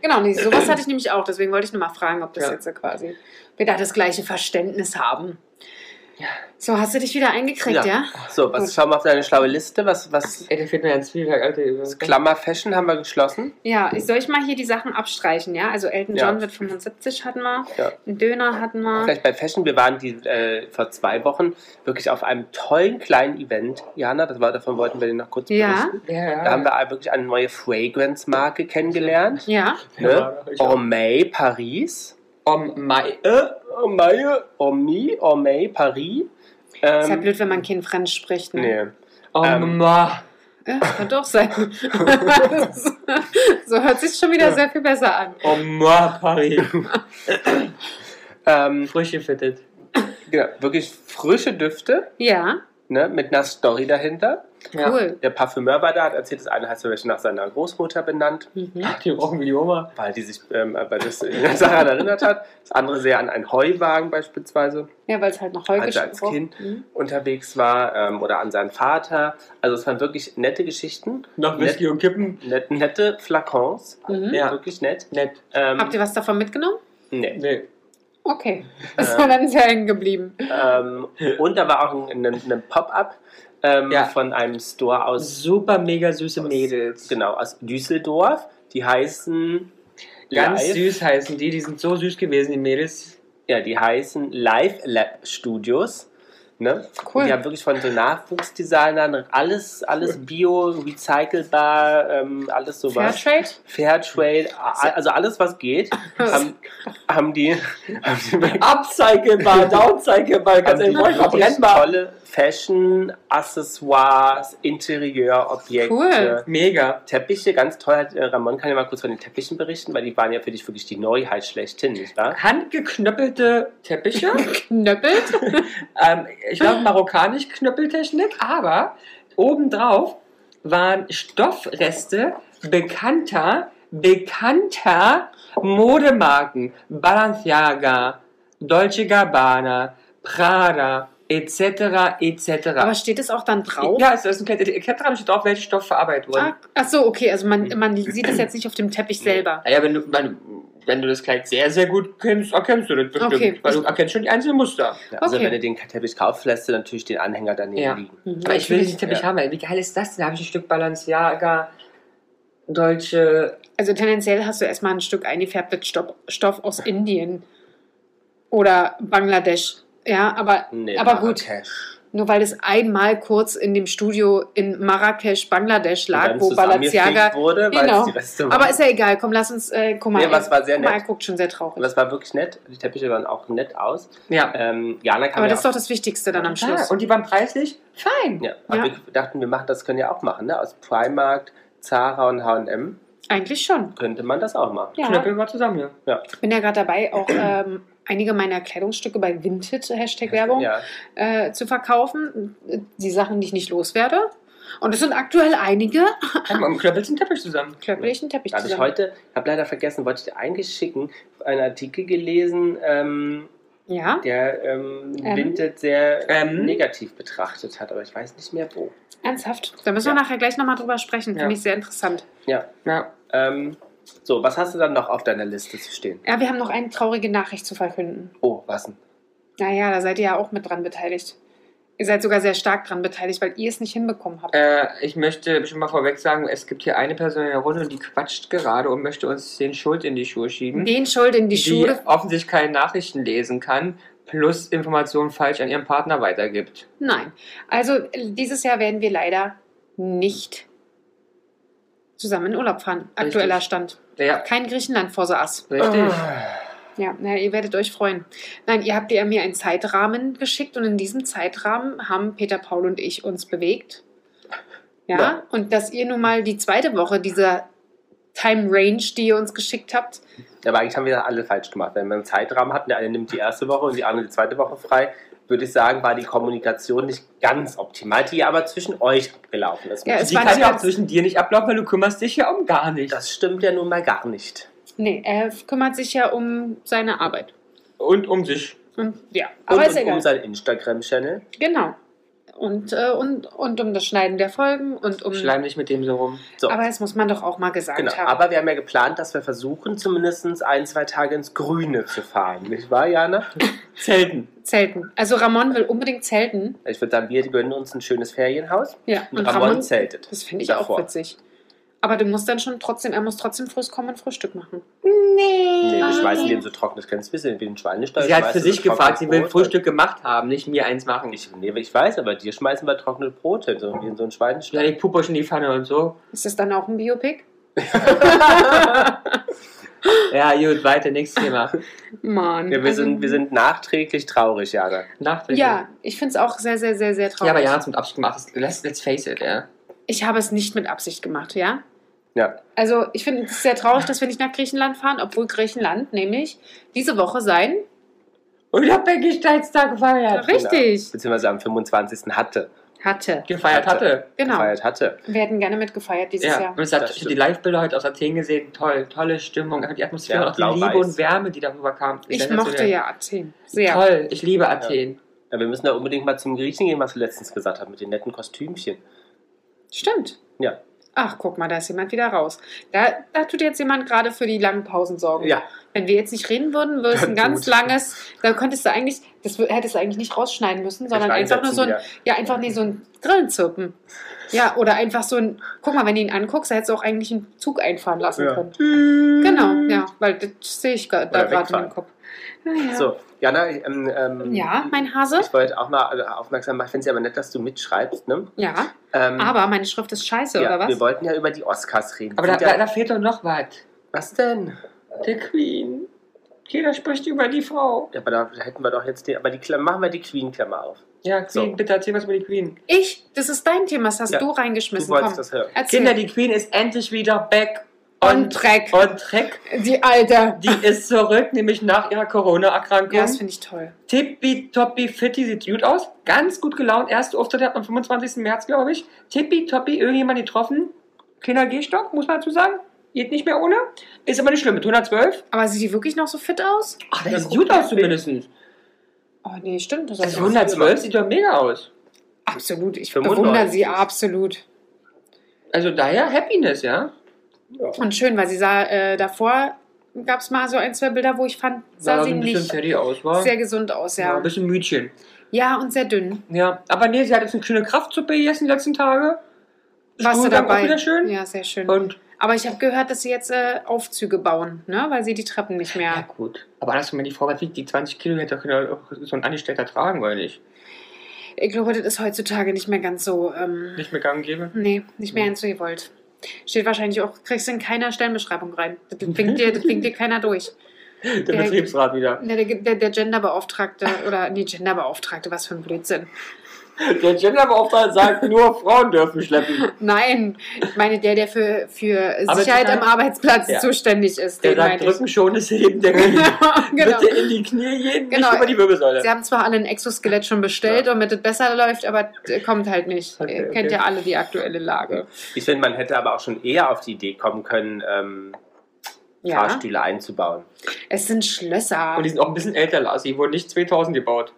Genau, nee, sowas hatte ich nämlich auch. Deswegen wollte ich nur mal fragen, ob das
Ja.
jetzt so quasi wir da das gleiche Verständnis haben. So, hast du dich wieder eingekriegt, ja?
Ja. So, was schauen wir auf deine schlaue Liste? Was, was?
Ey, da fehlt mir ganz viel, Alter.
Das Klammer Fashion haben wir geschlossen.
Ja, ich- soll ich mal hier die Sachen abstreichen, ja? Also Elton
Ja.
John wird 75 hatten wir,
Ja.
einen Döner hatten wir.
Vielleicht bei Fashion, wir waren die, äh, vor zwei Wochen wirklich auf einem tollen kleinen Event, Jana, das war, davon wollten wir dir noch kurz
Ja.
berichten.
Ja, ja.
Da haben wir wirklich eine neue Fragrance-Marke kennengelernt.
Ja,
Ne?
Ja, ich auch.
Ormay Paris.
Om Mai.
Äh, Ormay, Ormi, Ormay Paris.
ist ja
Ähm,
blöd, wenn man kein French spricht. Ne?
nee.
Om
Ähm.
Ma.
Ja, kann doch sein. so hört sich schon wieder sehr viel besser an.
Om Ma Paris.
Ähm,
Frisch gefittet.
genau, wirklich frische Düfte
Ja,
ne? mit einer Story dahinter.
Ja.
cool.
Der Parfümeur war da, hat erzählt, das eine hat zum Beispiel nach seiner Großmutter benannt.
Mhm.
Ach, die rochen wie die Oma.
weil die sich ähm, weil das daran erinnert hat. Das andere sehr an einen Heuwagen beispielsweise
Ja, weil es halt noch Heu
Als- als
gesprochen- Mhm.
unterwegs war ähm, oder an seinen Vater. Also es waren wirklich nette Geschichten,
Nach Whisky und Kippen.
net, nette Flakons,
Mhm.
ja.
Ja.
wirklich nett.
Nett.
Ähm,
Habt ihr was davon mitgenommen?
nee.
Nee.
Okay. Das war dann sehr hängen geblieben.
ähm, und da war auch ein, ein, ein Pop-up ähm,
Ja.
von einem Store aus,
Super mega süße
aus-
Mädels.
genau, aus Düsseldorf. Die heißen
Ganz
Live-
süß heißen die. Die sind so süß gewesen, die Mädels.
Ja, die heißen Live Lab Studios. Ne?
Cool.
Und die haben wirklich von so Nachwuchsdesignern alles, alles bio, recycelbar, ähm, alles sowas.
Fairtrade?
Fairtrade, a- also alles, was geht, haben, haben die,
Also
haben die, wirklich-
Upcyclebar, downcyclebar,
haben
ganz
die
ehrlich,
wirklich
verbrennbar.
tolle Fashion, Accessoires, Interieurobjekte,
Cool.
Mega.
Teppiche, ganz toll. Hat, äh, Ramon kann ja mal kurz von den Teppichen berichten, weil die waren ja für dich wirklich die Neuheit schlechthin, nicht wahr?
Handgeknöppelte Teppiche.
Knöppelt?
ähm, ich glaube, marokkanisch Knöppeltechnik, aber obendrauf waren Stoffreste bekannter, bekannter Modemarken. Balenciaga, Dolce Gabbana, Prada, etc.,
Aber
etc.
steht es auch dann drauf?
Ja, es ist ein Kette. Ich habe dran steht drauf, welcher Stoff verarbeitet wurde.
Ah, Ach so, okay, also man,
Mhm.
man sieht es jetzt nicht auf dem Teppich selber.
Naja, wenn du, wenn, wenn du das Kleid sehr, sehr gut kennst, erkennst du das bestimmt.
Okay.
Weil du erkennst schon die einzelnen Muster.
Ja, Also
Okay.
wenn du den Teppich kaufst, lässt du natürlich den Anhänger daneben
Ja.
liegen.
Mhm.
Aber ich will diesen Teppich
Ja.
haben, ey. Wie geil ist das denn? Da habe ich ein Stück Balenciaga, deutsche.
Also tendenziell hast du erstmal ein Stück eingefärbten Stoff, Stoff aus Indien oder Bangladesch. Ja, aber,
Nee,
aber gut.
Marrakesch.
Nur weil es einmal kurz in dem Studio in Marrakesch, Bangladesch lag,
dann
wo Balenciaga.
zusammengefegt wurde, weil
Genau.
es die beste war.
Aber ist ja egal, komm, lass uns, äh, guck mal,
Nee, aber es war sehr
guck mal,
nett.
er guckt schon sehr
Und
traurig.
das war wirklich nett. Die Teppiche sahen auch nett aus.
Ja.
Ähm, Jana kam
Aber
ja
das ist
auch,
doch das Wichtigste dann am
Ah,
Schluss.
äh, und die waren preislich? Fein.
ja. Aber
Ja.
wir dachten, wir machen das können ja auch machen, ne? Aus Primark, Zara und H&M
Eigentlich schon.
könnte man das auch machen.
Ja.
Knöppel war zusammen, ja.
Ich bin ja gerade dabei, auch ähm, einige meiner Kleidungsstücke bei Vinted, Hashtag Werbung,
Ja.
äh, zu verkaufen. Die Sachen, die ich nicht loswerde. Und es sind aktuell einige.
Haben am um Knöppel den Teppich zusammen.
Klöppelchen Teppich
Da habe ich
zusammen.
heute, habe leider vergessen, wollte ich dir eigentlich schicken, einen Artikel gelesen, ähm,
ja,
der ähm,
Ähm?
Vinted sehr
Ähm?
negativ betrachtet hat, aber ich weiß nicht mehr wo.
ernsthaft. Da müssen wir
Ja.
nachher gleich nochmal drüber sprechen.
Ja.
Finde ich sehr interessant.
Ja.
Ja.
Ähm, so, was hast du dann noch auf deiner Liste zu stehen?
Ja, wir haben noch eine traurige Nachricht zu verkünden.
Oh, was denn?
Naja, da seid ihr ja auch mit dran beteiligt. Ihr seid sogar sehr stark dran beteiligt, weil ihr es nicht hinbekommen habt.
Äh, ich möchte schon mal vorweg sagen, es gibt hier eine Person in der Runde und die quatscht gerade und möchte uns den Schuld in die Schuhe schieben.
Den Schuld in die Schule.
offensichtlich keine Nachrichten lesen kann, plus Informationen falsch an ihren Partner weitergibt.
Nein. Also äh, dieses Jahr werden wir leider nicht zusammen in Urlaub fahren. Aktueller
Richtig.
Stand.
Ja,
Kein Griechenland vor so Ass.
richtig.
Ja, na, ihr werdet euch freuen. Nein, ihr habt ja mir einen Zeitrahmen geschickt und in diesem Zeitrahmen haben Peter, Paul und ich uns bewegt. Ja,
Ja.
und dass ihr nun mal die zweite Woche dieser Time Range, die ihr uns geschickt habt,
Ja, Aber eigentlich haben wir das alle falsch gemacht. Wenn wir einen Zeitrahmen hatten, der eine nimmt die erste Woche und die andere die zweite Woche frei, würde ich sagen, war die Kommunikation nicht ganz optimal, die aber zwischen euch abgelaufen ist.
Ja, es
Die
war
kann
nicht
ja auch
ganz-
zwischen dir nicht ablaufen, weil du kümmerst dich ja um gar nichts.
das stimmt ja nun mal gar nicht.
nee, er kümmert sich ja um seine Arbeit.
Und um sich.
Und ja, aber
und
ist
und
egal.
um seinen Instagram-Channel.
genau. Und, äh, und, und um das Schneiden der Folgen und um.
Schleim nicht mit dem so rum.
So.
Aber das muss man doch auch mal gesagt
Genau,
haben.
aber wir haben ja geplant, dass wir versuchen, zumindest ein, zwei Tage ins Grüne zu fahren. Nicht wahr, Jana?
Zelten.
zelten. Also Ramon will unbedingt zelten.
Ich würde sagen, wir gönnen uns ein schönes Ferienhaus
Ja,
und, Ramon, zeltet.
Das finde ich
Davor.
auch witzig. Aber du musst dann schon trotzdem, er muss trotzdem früh kommen und Frühstück machen.
Nee, wir schmeißen den so trockenes Grenzbissel wie ein Schweinestall.
Sie hat für
schmeißen
sich
wir
gefragt, sie
trockenes Brot
will
hin.
Frühstück gemacht haben, nicht mir eins machen. Ich,
Ich, nee, ich weiß, aber dir schmeißen wir trockene Brote, so wie in so einen
ja,
Schweinestall.
ich puppe schon die Pfanne und so.
Ist das dann auch ein Biopic?
Ja, gut, weiter, nächstes Thema.
Mann.
Ja, wir,
also-
sind, wir sind nachträglich traurig, Jana.
Nachträglich.
Ja, ich finde es auch sehr, sehr, sehr, sehr
ja,
traurig.
aber ja, zum Abschied gemacht. Let's, let's face it, ja.
Ich habe es nicht mit Absicht gemacht, ja?
Ja.
Also ich finde es sehr traurig, dass wir nicht nach Griechenland fahren, obwohl Griechenland nämlich diese Woche sein.
genau.
Unabhängigkeitstag gefeiert.
Richtig.
Beziehungsweise am 25. hatte,
Hatte.
Gefeiert hatte.
Genau.
gefeiert hatte.
Wir hätten gerne mitgefeiert dieses
Ja,
Jahr.
und es hat,
Das
ich habe
stimmt.
die Live-Bilder heute aus Athen gesehen. Toll, tolle Stimmung, einfach die Atmosphäre,
Ja,
auch die
blau-weiß.
Liebe und Wärme, die darüber kam.
Ich
Sensationell.
mochte ja Athen. Sehr.
Toll, ich liebe Athen.
Ja, wir müssen da unbedingt mal zum Griechen gehen, was wir letztens gesagt haben, mit den netten Kostümchen.
Stimmt.
Ja.
Ach, guck mal, da ist jemand wieder raus. Da, da tut jetzt jemand gerade für die langen Pausen Sorgen.
Ja,
Wenn wir jetzt nicht reden würden, würde es
Ja,
ein
gut.
ganz langes, da könntest du eigentlich, das wür- hättest du eigentlich nicht rausschneiden müssen, sondern
vielleicht
einfach nur so ein,
einsetzen
ja, einfach nee, so ein Grillenzirpen. Ja, oder einfach so ein, guck mal, wenn du ihn anguckst, da hättest du auch eigentlich einen Zug einfahren lassen
Ja.
können. Genau, ja, weil das sehe ich gra- da
Oder
gerade in
wegfahren.
meinem Kopf. Naja.
wir. So, Jana, ähm, ähm,
Ja, mein Hase?
ich wollte auch mal äh, aufmerksam machen, ich finde es ja aber nett, dass du mitschreibst, ne?
Ja,
Ähm,
aber meine Schrift ist scheiße,
ja,
oder was?
Wir wollten ja über die Oscars reden.
Aber da,
Sind ja,
da, da fehlt doch noch was.
was denn?
Der Queen. Jeder spricht über die Frau.
Ja, aber da hätten wir doch jetzt die, aber die Klammer, machen wir die Queen-Klammer auf.
Ja, Queen,
So.
bitte erzähl was über die Queen.
Ich, das ist dein Thema, das hast
Ja,
du
Du
reingeschmissen.
wolltest
Komm,
das hören.
erzähl.
Kinder, die Queen ist endlich wieder back
On track.
On track.
die Alte.
Die ist zurück, nämlich nach ihrer Corona-Erkrankung.
Ja, das finde ich toll.
Tippitoppi Fitti sieht gut aus. Ganz gut gelaunt. Erste Auftritte hat man am 25. März, glaube ich. Tippitoppi, irgendjemand getroffen. Kleiner Gehstock, muss man dazu sagen. Geht nicht mehr ohne. Ist aber nicht schlimm. Mit 112.
Aber sieht die wirklich noch so fit aus?
Ach,
Ja,
der sieht
guck
gut aus zumindest.
Oh nee, stimmt. Das
Also
hast du-
112 sieht doch mega aus.
absolut. Ich
95.
bewundere sie absolut.
Also daher Happiness, ja.
Und schön, weil sie sah äh, davor, gab es mal so ein, zwei Bilder, wo ich fand, sah
Sah so
sie
ein bisschen
nicht
fertig aus, war.
sehr gesund aus.
ja.
Ja.
Ein bisschen Mütchen.
ja, und sehr dünn.
Ja, aber nee, sie hat jetzt eine schöne Kraftsuppe gegessen die letzten Tage.
Warst du
Stuhlgang
dabei?
Auch wieder schön.
Ja, sehr schön.
Und
Aber ich habe gehört, dass sie jetzt äh, Aufzüge bauen, ne? weil sie die Treppen nicht
ja,
mehr...
gut. Aber hast du mir die Frau was wiegt, die 20 Kilo hätte doch genau auch so ein Angestellter tragen, weil nicht.
Ich glaube, das ist heutzutage nicht mehr ganz so. Ähm,
Nicht mehr gang und gäbe.
nee, nicht
Mhm.
mehr ganz so gewollt. Steht wahrscheinlich auch, kriegst du in keiner Stellenbeschreibung rein. Das
Mhm.
winkt dir, das winkt dir keiner durch.
Der Betriebsrat wieder.
Na, der, der, der Genderbeauftragte, oder nee, Genderbeauftragte, was für ein Blödsinn.
Der Genderbeauftragte sagt, nur Frauen dürfen schleppen.
Nein, ich meine der, der für, für Sicherheit
total-
am Arbeitsplatz
Ja.
zuständig ist.
Der
Den
sagt,
meinte ich.
drücken schon ist Heben der Knie.
genau.
Bitte in die Knie gehen,
Genau.
nicht über die Wirbelsäule.
Sie haben zwar alle ein Exoskelett schon bestellt, damit es besser läuft, aber äh, kommt halt nicht.
Okay,
Ihr
okay.
kennt ja alle die aktuelle Lage.
Ich finde, man hätte aber auch schon eher auf die Idee kommen können, ähm,
Ja,
Fahrstühle einzubauen.
es sind Schlösser.
Und die sind auch ein bisschen älter, Lars. Die wurden nicht 2000 gebaut.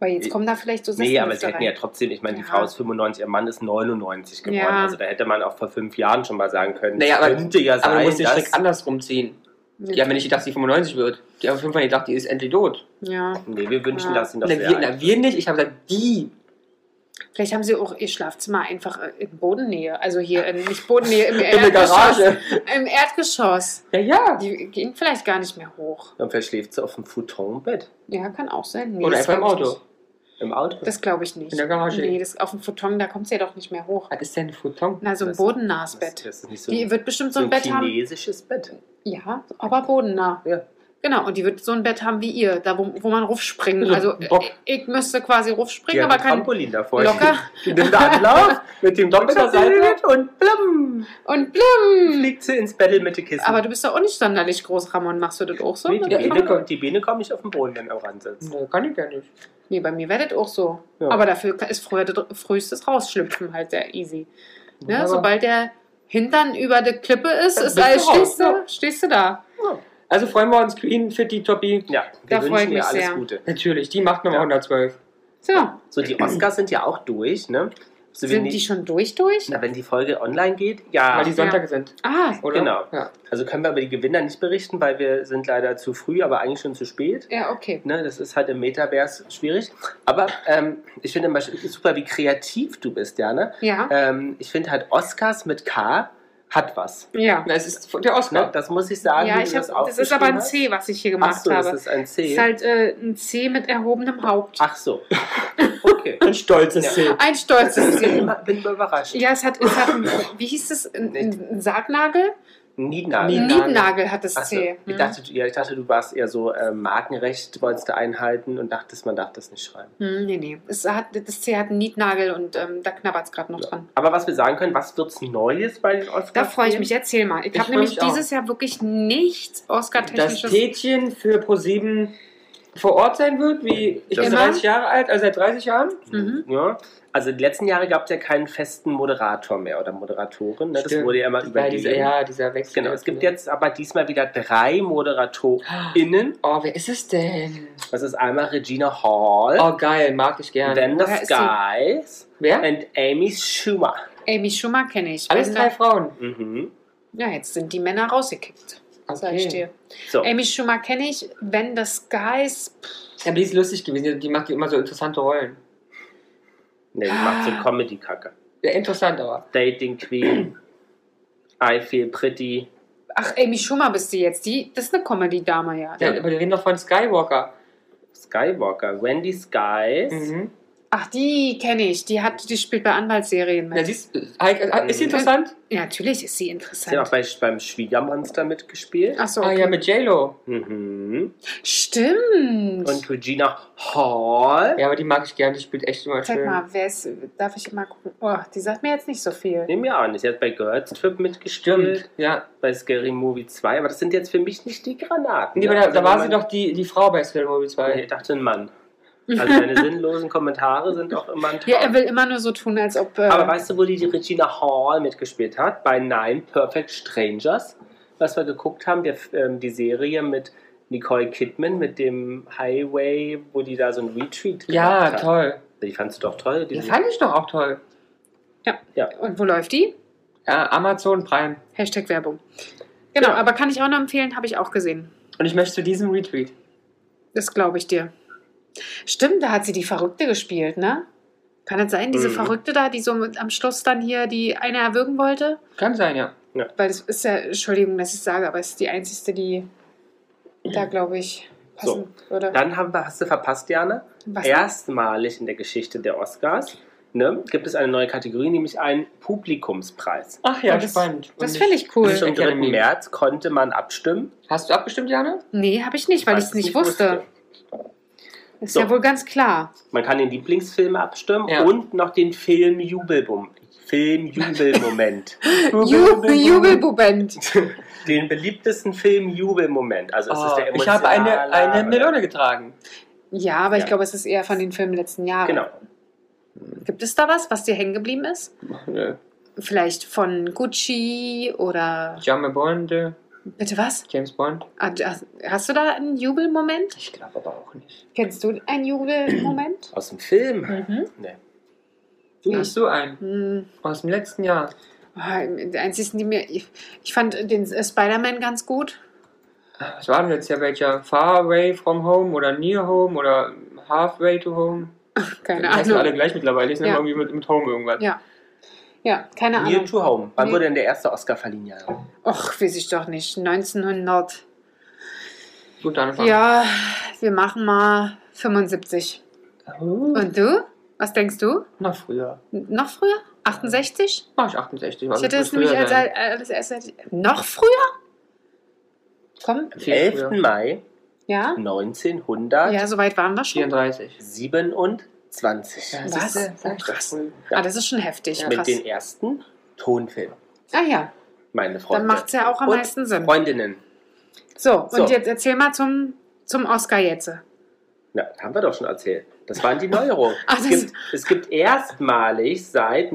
Aber jetzt kommen da vielleicht so
Nee, aber sie
Sesselhüfte
hätten ja trotzdem, ich meine, die
Ja.
Frau ist 95, ihr Mann ist 99 geworden.
Ja.
Also da hätte man auch vor fünf Jahren schon mal sagen können,
Naja,
es
aber-
könnte ja
Aber man
sein,
muss den Strick
dass...
andersrum ziehen.
Nee.
Die haben ja nicht gedacht, die 95 wird. Die haben auf jeden Fall gedacht, die ist endlich tot.
Ja.
Nee, wir wünschen,
Ja.
dass sie noch
Na
sehr
wir,
alt
na, wir nicht. Ich habe gesagt, die.
Vielleicht haben sie auch ihr Schlafzimmer einfach äh, in Bodennähe. Also hier, in, nicht Bodennähe, im
In der
Erdgeschoss.
Garage.
Im Erdgeschoss.
Ja, ja.
Die gehen vielleicht gar nicht mehr hoch.
ist. Und vielleicht schläft sie auf dem Futonbett
Ja, kann auch sein. Nee,
Oder
das
einfach im
glaub ich
Auto.
Nicht.
im Auto.
Das glaube ich nicht.
In der Garage.
Nee, das, auf dem Futon, da kommt sie ja doch nicht mehr hoch.
Was ist denn ein Futon?
Na, so ein
Das-
bodennahes
Das-
Bett.
Das ist nicht so,
Die wird bestimmt so
so
ein
ein
Bett haben.
chinesisches Bett.
Ja, aber bodennah.
Ja.
Genau, und die wird so ein Bett haben wie ihr, da wo, wo man rufspringen.
So,
Also äh,
Bob.
ich müsste quasi rufspringen,
Die hat
aber
ein
kann
Trampolin davor.
locker
Die nimmt da Anlauf mit dem doppelter Seite und blum,
und blum.
fliegt sie ins Battle mit den Kissen.
Hm. Aber du bist doch auch nicht sonderlich groß, Ramon. Machst du das auch so?
nee, die,
Ja,
Biene
immer.
kommt, die Biene kommt nicht auf den Boden, wenn er am Rand
Hm.
sitzt.
Na, kann ich gar nicht.
Nee, bei mir wäre das auch so.
Ja.
Aber dafür ist früher das, frühestes Rausschlüpfen halt sehr easy. Ne?
Aber-
Sobald der Hintern über der Klippe ist,
Dann
ist
bist
alles,
du raus,
stehst, du,
ja.
stehst du da.
Also freuen wir uns, Queen, Fitty, Toppi.
Ja, wir
Da freue ich
wünschen ihr
mich
alles
sehr.
Gute.
Natürlich, die macht Nummer
Ja.
112.
So,
So, die Oscars sind ja auch durch, ne? So, wenn
sind die schon durch durch?
Na, wenn die Folge online geht,
Weil
ja.
die Sonntage sind,
Ah,
oder?
Genau.
Ja.
Also können wir über die Gewinner nicht berichten, weil wir sind leider zu früh, aber eigentlich schon zu spät.
ja, okay.
Ne, das ist halt im Metaverse schwierig. Aber ähm, ich finde immer super, wie kreativ du bist, Jana.
Ja,
Ähm, ich finde halt Oscars mit K hat was.
ja.
Na, es ist der
Ne?
Oscar.
Das muss ich sagen.
Ja,
wie
ich
du
hab, das ist aber ein C, was ich hier
Ach
gemacht
so, das
habe.
ist ein
Das
C.
ist halt äh, ein C mit erhobenem Haupt.
Ach so. Okay.
Ein stolzes
Ja.
C.
Ein stolzes
Bin
C.
immer, bin immer überrascht.
Ja, es hat, es hat ein, wie hieß es, ein, ein ein Sargnagel?
Niednagel.
Ein
Niednagel.
Niedennagel hat das
Ach so.
C.
Ich, dachte, du- ja, ich dachte, du warst eher so äh, Markenrecht, wolltest du einhalten und dachtest, man darf das nicht schreiben.
Hm, nee, nee. Es hat, das C hat einen Niednagel und ähm, da knabbert es gerade noch dran.
Aber was wir sagen können, was wird's Neues bei den Oscars?
Da freue ich
geben?
mich. Erzähl mal. Ich
Ich
habe
freu
nämlich
mich auch.
dieses Jahr wirklich nichts
Das
Oscar-technisches.
Tätchen für Pro7 vor Ort sein wird, wie ich
Das-
bin 30 Jahre alt, also seit 30 Jahren.
Mhm.
Ja. Also die letzten Jahre gab es ja keinen festen Moderator mehr oder Moderatorin. Ne? Das
Stimmt.
wurde ja immer
Ja,
übergeben.
dieser, ja, dieser Wechsel.
Genau, es gibt jetzt aber diesmal wieder drei ModeratorInnen.
Oh, wer ist es denn?
Das ist einmal Regina Hall,
Oh, geil, mag ich gerne.
Wanda
Woher ist sie?
Skies
wer?
und Amy Schumer.
Amy Schumer kenne ich. ne?
Alles
Wenn
drei Frauen.
Mhm.
da- Ja, jetzt sind die Männer rausgekickt. Sag Also, ich dir.
So.
Amy Schumer kenne ich. Wenn das Guys.
Ja, aber die ist lustig gewesen. Die macht immer so interessante Rollen.
Nee, die macht so
Ah.
Comedy-Kacke.
Ja, interessant, aber.
Dating Queen, I Feel Pretty.
Ach, Amy Schumer bist du jetzt. Die, das ist eine Comedy-Dame, ja.
Ja, aber wir reden doch von Skywalker.
Skywalker, Wendy Skies.
Mhm.
Ach, die kenne ich. Die, hat, die spielt bei Anwaltsserien
Na,
mit.
siehst, du, Heike, äh, ist sie interessant?
Ja, natürlich ist sie
Sie hat auch
interessant.
bei, beim Schwiegermonster mitgespielt.
Ach so,
Ah
okay.
ja, mit J-Lo.
Mhm.
Stimmt.
Und Regina Hall.
Ja, aber die mag ich gerne. Die spielt echt immer
Sag
schön.
mal, wer ist, darf ich mal gucken? Oh, die sagt mir jetzt nicht so viel.
Nehmen wir an. Sie hat bei Girls Trip mitgespielt,
Stimmt, ja.
bei Scary Movie 2, aber das sind jetzt für mich nicht die Granaten.
Nee, aber
ne?
da,
Also
da
wenn
war sie
man-
doch die, die Frau bei Scary Movie 2.
Nee, ich dachte ein Mann. Also deine sinnlosen Kommentare sind auch immer ein
Ja, er
Traum.
will immer nur so tun, als ob. Äh,
Aber weißt du, wo die, die Regina Hall mitgespielt hat? Bei Nine Perfect Strangers, was wir geguckt haben, der, ähm, die Serie mit Nicole Kidman, mit dem Highway, wo die da so ein Retreat
Ja,
hat.
toll.
Die fandst du doch toll.
Die
Die
fand ich doch auch toll.
und wo läuft die?
Ja, Amazon Prime.
Hashtag Werbung. Genau,
Ja.
aber kann ich auch noch empfehlen, habe ich auch gesehen.
Und ich möchte zu diesem Retweet.
Das glaube ich dir. Stimmt, da hat sie die Verrückte gespielt, ne? Kann das sein, diese
Mhm.
Verrückte da, die so mit, am Schluss dann hier die eine erwürgen wollte?
Kann sein, ja.
Weil das ist ja, Entschuldigung, dass ich sage, aber es ist die einzigste, die da, glaube ich,
So.
passen würde.
Dann haben wir, hast du verpasst, Jana.
Was?
Erstmalig in der Geschichte der Oscars ne, gibt es eine neue Kategorie, nämlich einen Publikumspreis.
Ach ja,
Oh, das-
spannend.
Das
Und
finde ich cool.
Das ist
Am
schon-
3.
Academy.
März konnte man abstimmen.
Hast du abgestimmt, Jana?
Nee, habe ich nicht, weil ich es nicht wusste. Ist ja
So.
wohl ganz klar.
Man kann den Lieblingsfilm abstimmen
Ja.
und noch den Filmjubelbum. Filmjubelmoment.
Ju- Jubelbubend.
den beliebtesten Filmjubelmoment. Also es ist
Oh,
der
ich habe eine,
emotionale-
eine Melone getragen.
Ja, aber ich
Ja.
glaube, es ist eher von den Filmen letzten Jahre.
Genau.
Gibt es da was, was dir hängen geblieben ist?
Nö.
Vielleicht von Gucci oder.
James Bond, äh,
Bitte was?
James Bond.
Ah, das- Hast du da einen Jubelmoment?
Ich glaube aber auch nicht.
Kennst du einen Jubelmoment?
Aus dem Film.
Mhm.
Nee.
Nee.
Du hast so einen
Hm.
aus dem letzten Jahr.
Ah, Die einzigen, die mir. Ich ich fand den äh, Spider-Man ganz gut.
Was war denn jetzt ja welcher? Far away from home oder near home oder halfway to home?
Keine
Die heißen alle
Ahnung.
gleich mittlerweile. Ich nenne
Ja.
irgendwie mit, mit home irgendwas.
Ja. Ja, keine
Near
Ahnung.
to Home. Wann
Nee.
wurde denn der erste Oscar verliehen? Jana?
Och, weiß ich doch nicht. 1900.
Gut anfangen.
Ja, wir machen mal 75.
Oh,
Und du? Was denkst du?
na früher.
N- Noch früher? 68?
Mach ich 68.
Ich hätte
das
es nämlich als,
sein.
als, als, als noch früher? Komm,
Am
Viel
11.
früher.
Mai
ja? Ja,
1927.
so weit waren wir schon.
34.
Was? Krass. Ah, das ist schon heftig.
Ja.
Mit
Krass.
den ersten Tonfilmen,
Ah ja,
meine Freunde.
dann macht es ja auch am
Und
meisten Sinn.
Freundinnen.
So, und
So.
jetzt erzähl mal zum, zum Oscar jetzt.
Na, haben wir doch schon erzählt. Das waren die Neuerungen.
Ach,
es,
Ah, das-
gibt, es gibt erstmalig seit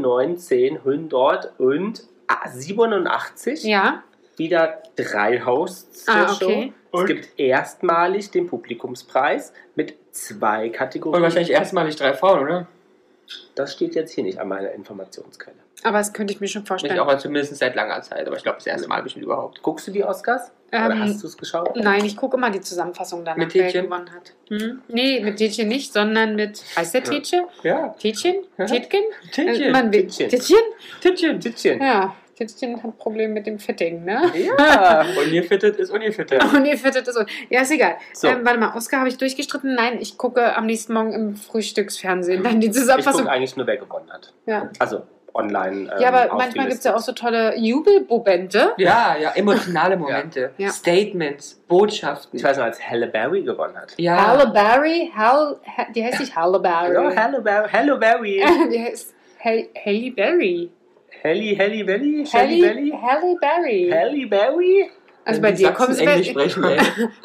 1987
Ja?
ah, wieder drei Hosts zur
Ah,
Show.
okay.
Es gibt erstmalig den Publikumspreis mit zwei
Und
Kategorien.
wahrscheinlich erstmalig drei Frauen, oder?
Das steht jetzt hier nicht an meiner Informationsquelle.
Aber das könnte ich mir schon
Nicht
vorstellen.
auch zumindest seit langer Zeit, aber ich glaube das erste Mal bestimmt überhaupt.
Guckst du die Oscars? Oder
Ähm,
hast du es geschaut?
Nein, ich gucke immer die Zusammenfassung danach,
Mit
wer
Tietjen?
gewonnen hat. Hm? Nee, mit Tietjen nicht, sondern mit, heißt der
Ja.
Tietjen?
Ja.
Tietjen?
Ja.
Tietgen? Äh,
Tittchen.
Man, will-
Tietjen.
Tietjen?
Tittchen.
Tittchen.
Ja, Tietjen hat Probleme mit dem Fitting, ne?
Ja.
Ungefittet ist ungefittet.
Und ihr fittet es so. Ja, ist egal.
So.
Ähm, warte mal, Oscar habe ich durchgestritten? Nein, ich gucke am nächsten Morgen im Frühstücksfernsehen dann die
Ich gucke
Zusammenfassung.
eigentlich nur, wer gewonnen hat.
ähm,
Ja.
Also online. ähm,
ja, aber manchmal gibt es ja auch so tolle Jubelbubente.
Ja, ja, emotionale Momente,
Ja.
Statements,
aufgelistet.
Botschaften.
Ich weiß noch, als Halle Berry gewonnen hat.
ja,
Halle Berry, Hal, Ha- die heißt nicht Halle Berry.
Hallo, Halle Berry. Halle Berry.
die heißt Hal- Halle Berry.
Halle, Halle Berry. Halle
Halle,
Berry.
Halle Berry.
Halle Berry.
also bei
Wenn die
dir
Sachsen
kommt es
Englisch sprechen, ey.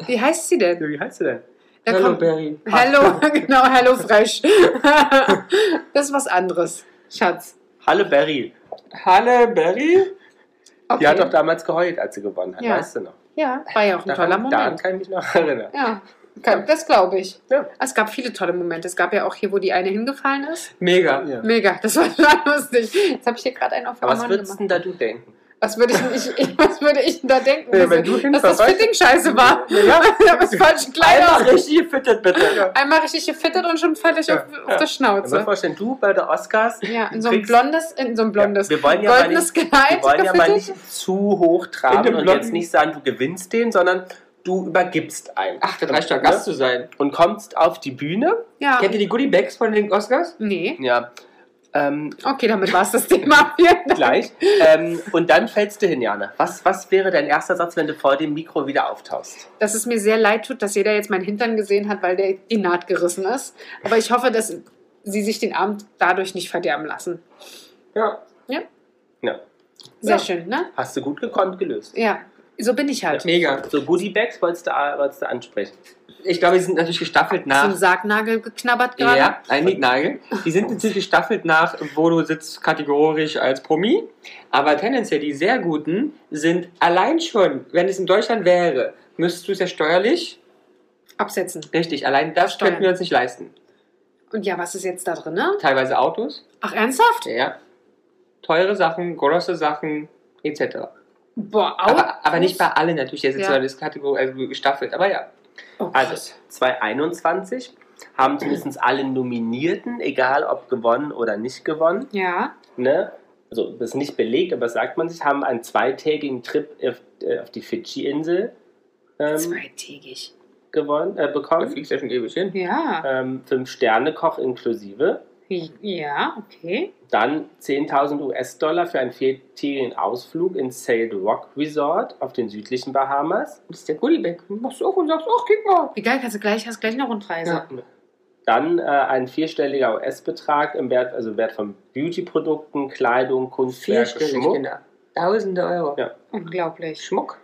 Wie heißt sie denn?
Wie heißt sie denn?
Da
Hello
kommt-
Berry.
Hello, genau, Hello Fresh. das ist was anderes, Schatz.
Halle Berry.
Halle Berry?
Die hat doch damals geheult, als sie gewonnen hat.
Ja.
Weißt du noch?
Ja, war ja auch ein toller
Daran, daran
Moment.
kann ich mich noch erinnern.
Ja, kann, das glaube ich.
Ja.
Es gab viele tolle Momente. Es gab ja auch hier, wo die eine hingefallen ist.
Mega.
Ja.
Mega, das war total lustig. Jetzt habe ich hier gerade einen auf
Aber
der
was
Mann
würdest
gemacht.
denn da du denken?
Was würde ich, denn- ich, ich, was würde ich denn da denken?
Ja,
dass-
wenn du
dass das
hinverweist-
Fitting scheiße war.
Ja.
das falsche
Einmal
Kleider.
richtig gefittet, bitte.
Einmal richtig gefittet und schon völlig
Ja.
auf, auf der
Kannst du dir
Schnauze.
vorstellen, du bei der Oscars,
Ja, in so einem
kriegst-
blondes, in so einem blondes,
Ja, wir wollen ja mal
goldenes Kleid
wir wollen ja mal
gefittet.
nicht zu hoch
In
traben
dem
und
Block-
jetzt nicht sagen, du gewinnst den, sondern du übergibst einen.
Ach, das reicht doch, Gast zu sein.
Und kommst auf die Bühne.
Ja.
Kennt ihr die Goodie Bags von den Oscars?
Nee.
Ja. Ähm,
Okay, damit war es das Thema. Vielen Dank.
gleich. ähm, und dann fällst du hin, Jana. Was, was wäre dein erster Satz, wenn du vor dem Mikro wieder auftauchst?
dass es mir sehr leid tut, dass jeder jetzt meinen Hintern gesehen hat, weil der die Naht gerissen ist. Aber ich hoffe, dass sie sich den Abend dadurch nicht verderben lassen.
Ja.
Ja.
Sehr
Ja.
schön, ne?
Hast du gut gekonnt gelöst.
Ja, so bin ich halt.
Mega.
So Goodie-Bags wolltest du, wolltest du ansprechen.
Ich glaube, die sind natürlich gestaffelt
Zum
nach.
Sargnagel geknabbert gerade.
Ja, ein Nietnagel. Die sind natürlich gestaffelt nach, wo du sitzt, kategorisch als Promi. Aber tendenziell die sehr guten sind allein schon, wenn es in Deutschland wäre, müsstest du es ja steuerlich.
Absetzen.
Richtig, allein das
Steuern.
könnten wir uns nicht leisten.
Und ja, was ist jetzt da drin? Ne?
Teilweise Autos,
Ach, ernsthaft?
ja. Teure Sachen, große Sachen, etc.
Boah, Autos?
Aber, aber nicht bei allen natürlich, der ist
Ja.
ja. das Kategorie also gestaffelt, aber ja.
Oh,
Also,
also.
2021 haben zumindest alle Nominierten, egal ob gewonnen oder nicht gewonnen,
Ja,
ne? also das ist nicht belegt, aber das sagt man sich, haben einen zweitägigen Trip auf, äh, auf die Fidschi-Insel ähm,
zweitägig.
gewonnen, äh,
Da
bekommen.
fliegst du ja schon ewig hin.
Ja.
Ähm, Fünf-Sterne-Koch inklusive.
Ja, okay.
Dann 10.000 US-Dollar für einen viertägigen Ausflug ins Sailed Rock Resort auf den südlichen Bahamas.
Das ist der Goodiebag. Machst du auf und sagst, ach, guck mal.
Egal, kannst du gleich, hast gleich noch Rundreise.
Ja.
Dann äh, ein vierstelliger US-Betrag im Wert, also Wert von Beauty-Produkten, Kleidung, Kunstwerke,
Vierstellig,
Schmuck.
Kinder. Tausende Euro.
Ja.
Unglaublich.
Schmuck.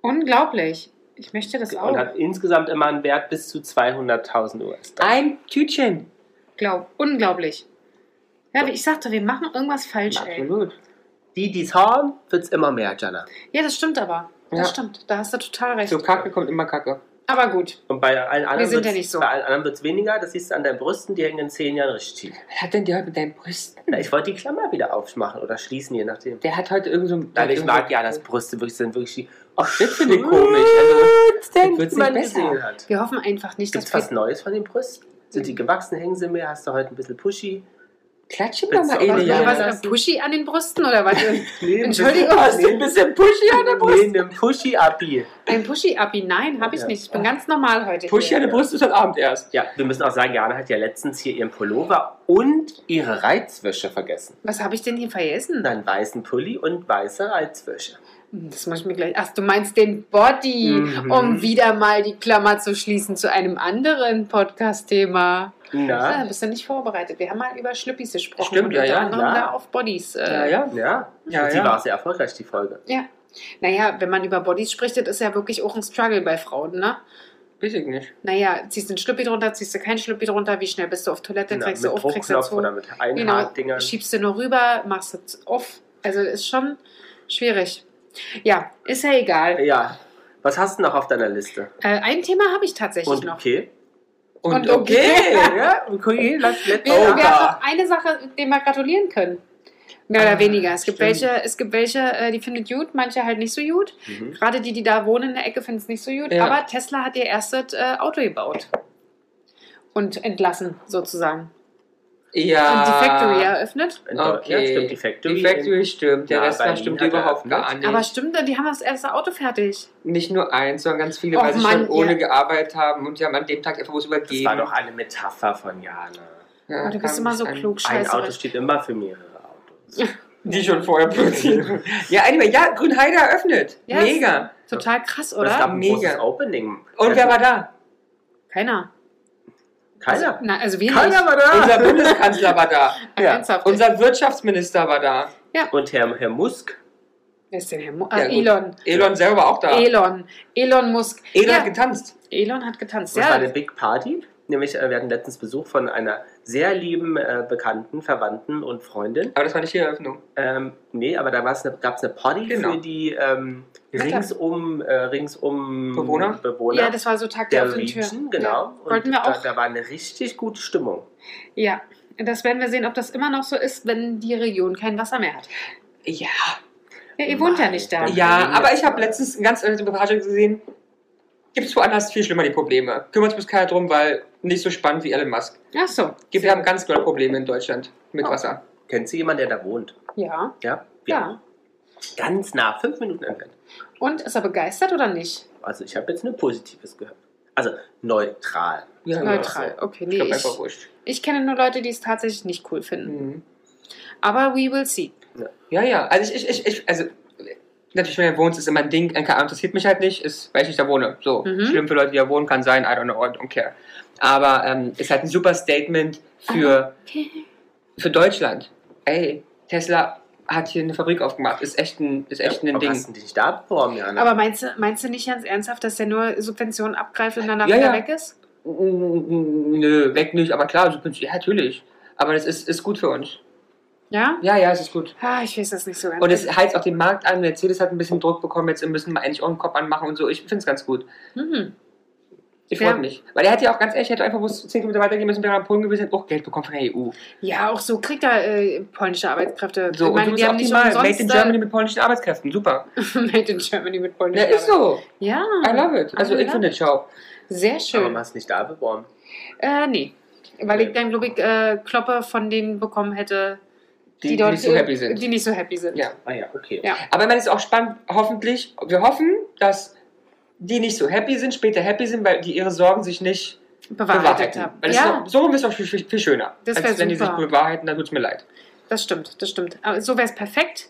Unglaublich. Ich möchte das auch.
Und hat insgesamt immer einen Wert bis zu 200.000 US-Dollar.
Ein Tütchen.
Glaub, unglaublich. Ja, wie ich sagte, wir machen irgendwas falsch, ey.
Absolut.
Die, die es haben, wird es immer mehr, Jana.
Ja, das stimmt aber. Das
Ja.
stimmt. Da hast du total recht.
So Kacke kommt immer Kacke.
Aber gut.
Und bei allen anderen
sind ja
wird's-
nicht so.
bei allen anderen wird es weniger. Das siehst du an deinen Brüsten, die hängen in zehn Jahren richtig tief.
Was hat denn der heute mit deinen Brüsten?
Na, Ich wollte die Klammer wieder aufmachen oder schließen, je nachdem.
Der hat heute irgend so ein.
Nein, ich
irgend so-
mag Janas Brüste wirklich, sind wirklich die. Oh,
Das finde ich komisch. Also, das wird
man
nicht besser.
gesehen hat.
Wir hoffen einfach nicht,
Gibt's
dass
was
wir.
Neues von den Brüsten? Sind die gewachsen, hängen sie mehr? Hast du heute ein bisschen pushy?
Klatschen wir
Willst
mal
du auch
eine,
was-
ja.
was, was, Pushy an den Brüsten oder was?
Nee,
Entschuldigung,
Hast du ein bisschen Pushy an der Brust?
Nee, nimm pushy Abi.
Ein Pushy-Abi? Nein, habe ich
Ja.
nicht. Ich bin ganz normal heute.
Pushy an
hier.
der Brust ist heute Abend erst.
Ja, wir müssen auch sagen, Jana hat ja letztens hier ihren Pullover und ihre Reizwäsche vergessen.
Was habe ich denn hier vergessen?
Und einen weißen Pulli und weiße Reizwäsche.
Das muss ich mir gleich. Ach, du meinst den Body,
Mhm.
um wieder mal die Klammer zu schließen zu einem anderen Podcast-Thema. Ja,
Na,
da bist du nicht vorbereitet. Wir haben mal über Schlüppis gesprochen.
Stimmt,
und
ja,
unter
ja,
anderem
klar.
da auf Bodies. Äh,
Ja, ja.
ja.
Ja,
Und sie
ja.
war sehr erfolgreich, die Folge.
Naja, wenn man über Bodies spricht, das ist ja wirklich auch ein Struggle bei Frauen, ne?
Weiß ich nicht.
Naja, ziehst du einen Schlüppi drunter, ziehst du keinen Schlüppi drunter, wie schnell bist du auf Toilette,
Na,
kriegst du
Genau, mit
auf, kriegst du
Druckknopf
zu.
oder mit
Genau,
Einharddingern.
schiebst du nur rüber, machst es auf. Also ist schon schwierig. Ja, ist ja egal.
Ja. Was hast du noch auf deiner Liste?
Äh, ein Thema habe ich tatsächlich
Und
noch.
okay.
Und,
Und
okay.
okay.
ja, und okay.
Lass
Wir,
Oh,
letzte
wir haben
Woche.
noch eine Sache, dem wir gratulieren können. Mehr oder
Ah,
weniger. Es gibt
stimmt.
welche, es gibt welche, äh, die findet gut, manche halt nicht so gut.
Mhm.
Gerade die, die da wohnen in der Ecke, finden es nicht so gut.
Ja.
Aber Tesla hat ihr erstes äh, Auto gebaut. Und entlassen, sozusagen. Und die Factory
Ja.
eröffnet.
Okay. Ja, stimmt, die Factory.
Die Factory stimmt. Der
Ja,
Rest da
Berlin
stimmt
hat
überhaupt
eröffnet.
gar nicht.
Aber stimmt, die haben das erste Auto fertig.
nicht nur eins, sondern ganz viele,
Och,
weil sie
Mann,
schon ohne
ja.
gearbeitet haben und die haben an dem Tag einfach was
Das
übergeben.
war doch eine Metapher von Jana.
Ja,
Aber du bist
kam
immer so
nicht an.
klug,
Ein
scheiße.
Auto steht immer für mehrere Autos.
Die schon vorher produziert. ja, anyway, ja, Grünheide eröffnet.
Ja,
Mega.
Total krass,
Und Es gab
oder?
ein
Mega.
großes Opening. Also
Und wer war da?
Keiner.
Keiner.
Na, also wir
Keiner
nicht.
war
Unser
da.
Bundeskanzler war da.
Ja.
Ernsthaft.
Unser Wirtschaftsminister war da.
Und Herr, Herr Musk.
Wer ist denn Herr Mo ah,
Ja, gut.
Elon.
Elon selber auch da. Elon,
Elon. Elon Musk.
hat
ja,
getanzt.
Elon hat getanzt.
Das war eine
Ja,
Big Party. Nämlich, äh, wir hatten letztens Besuch von einer sehr lieben äh, Bekannten, Verwandten und Freundin.
Aber das war nicht die Eröffnung.
Ähm, nee, aber da gab es eine Party
Genau.
für die ähm,
Wetter.
ringsum, äh, ringsum
Bewohner?
Bewohner
ja das war so Tag der
der
offenen Tür.
Region, genau.
Ja, wollten
und
wir
da,
auch.
da war eine richtig gute Stimmung.
Ja, das werden wir sehen, ob das immer noch so ist, wenn die Region kein Wasser mehr hat.
Ja.
Ja, ihr wohnt ja
Nein.
nicht da.
Ja.
Ja, aber ich habe letztens eine ganz alte Reportage gesehen. Gibt es woanders viel schlimmer die Probleme. Kümmert sich bloß keiner drum, weil nicht so spannend wie Elon Musk.
Ach so.
Gibt, wir haben ganz dolle Probleme in Deutschland mit
Oh.
Wasser.
Kennst du jemanden, der da wohnt?
Ja,
Ja? Wir
ja.
Ganz nah, fünf Minuten entfernt.
Und ist er begeistert oder nicht?
Also ich habe jetzt nur Positives gehört. Also neutral.
Ja,
Neutral. Okay,
Ich
nee.
glaube
Ich,
einfach wurscht.
ich kenne nur Leute, die es tatsächlich nicht cool finden.
Mhm.
Aber we will see.
Ja, ja. Also ich, ich, ich, ich also natürlich, wenn er wohnt, ist immer ein Ding. Keine Ahnung, interessiert mich halt nicht, ist, weil ich nicht da wohne. So,
Mhm.
schlimm für Leute, die da wohnen, kann sein, I don't know, I don't care. Aber ähm, ist halt ein super Statement für,
Okay.
für Deutschland. Ey, Tesla hat hier eine Fabrik aufgemacht. Ist echt ein, ist echt ein
aber
Ding.
Hast du dich da beworben, Jana?
Aber meinst du, meinst du nicht ganz ernsthaft, dass der nur Subventionen abgreift und danach
Ja,
wieder
ja.
weg ist?
Mm, Nö, weg nicht, aber klar, so ja, natürlich. Aber das ist, ist gut für uns.
Ja?
Ja, ja, es ist gut.
Ah, ich weiß das nicht so ganz.
Und es heizt auch den Markt an. Mercedes hat ein bisschen Druck bekommen, jetzt müssen wir endlich auch einen Kopf anmachen und so. Ich finde es ganz gut.
Mhm.
Ich
Ja.
freue mich. Weil er hat ja auch ganz ehrlich, er hätte einfach bloß 10 Kilometer weitergehen müssen, wäre er in Polen gewesen, hätte auch Geld bekommen von der E EU.
Ja, auch so kriegt er äh, polnische Arbeitskräfte.
So,
ich meine,
und
die
so
haben
ist
nicht
optimal. Made in
umsonst äh,
Germany mit polnischen Arbeitskräften. Super.
da- Made in Germany mit polnischen
Ja, ist
Arbeitskräften.
so.
Ja.
I love it. Also,
I
ich
love
finde es schau.
Sehr
aber
schön.
hast du dich da beworben?
Äh, nee. Weil
Nee.
ich dann, glaube ich, äh, Kloppe von denen bekommen hätte,
Die, die, nicht so
äh,
happy sind.
Die nicht so happy sind.
Ja.
Ah ja, okay.
Ja.
Aber ich meine, es ist auch spannend. Hoffentlich, wir hoffen, dass die nicht so happy sind, später happy sind, weil die ihre Sorgen sich nicht
bewahrheitet
bewahrheiten.
habe.
Weil es
Ja,
ist, so rum ist es auch viel, viel, viel schöner.
Das wär
als wenn die sich
super.
bewahrheiten, dann tut's mir leid.
das stimmt, das stimmt. Aber so wäre es perfekt.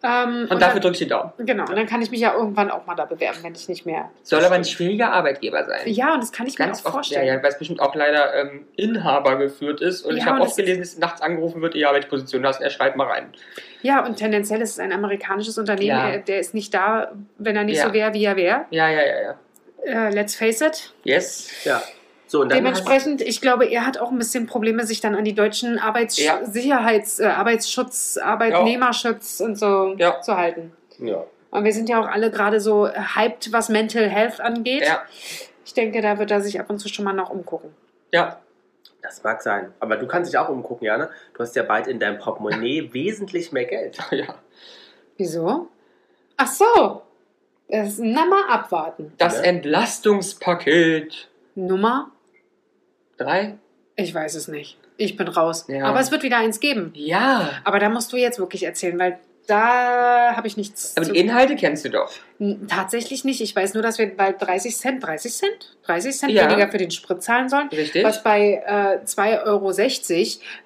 Ähm,
Und, dafür drücke ich die Daumen.
dann, genau, und dann kann ich mich ja irgendwann auch mal da bewerben, wenn ich nicht mehr.
Soll aber ein schwieriger Arbeitgeber sein.
Ja, und das kann ich
Ganz
mir auch
oft, ja,
vorstellen.
ja, weil es bestimmt auch leider ähm, Inhaber geführt ist. Und
Ja,
ich habe
und
oft
das-
gelesen, dass nachts angerufen wird, ihr Arbeitsposition hast, er schreibt mal rein.
Ja, und tendenziell ist es ein amerikanisches Unternehmen,
Ja.
der, der ist nicht da, wenn er nicht
Ja.
so wäre, wie er wäre.
Ja, ja, ja, ja.
Äh, let's face it.
Yes.
Ja. So, und dann
Dementsprechend, ich glaube, er hat auch ein bisschen Probleme, sich dann an die deutschen Arbeits
Ja.
Sicherheits, äh, Arbeitsschutz, Arbeitnehmerschutz und so
Ja.
zu halten.
hast, ja.
Und wir sind ja auch alle gerade so hyped, was Mental Health angeht.
Ja,
Ich denke, da wird er sich ab und zu schon mal noch umgucken.
ja.
Das mag sein. Aber du kannst dich auch umgucken, Jana. Du hast ja bald in deinem Portemonnaie wesentlich mehr Geld.
ja.
Wieso? Ach so. Das ist, na mal abwarten.
Das
Ja.
Entlastungspaket.
Nummer?
Drei?
Ich weiß es nicht. Ich bin raus.
Ja.
Aber es wird wieder eins geben.
Ja.
Aber da musst du jetzt wirklich erzählen, weil da habe ich nichts.
Aber
zu-
die Inhalte kennst du doch.
N- Tatsächlich nicht. Ich weiß nur, dass wir bald 30 Cent, 30 Cent, 30 Cent
Ja.
weniger für den Sprit zahlen sollen.
Richtig?
Was bei äh, 2,60 Euro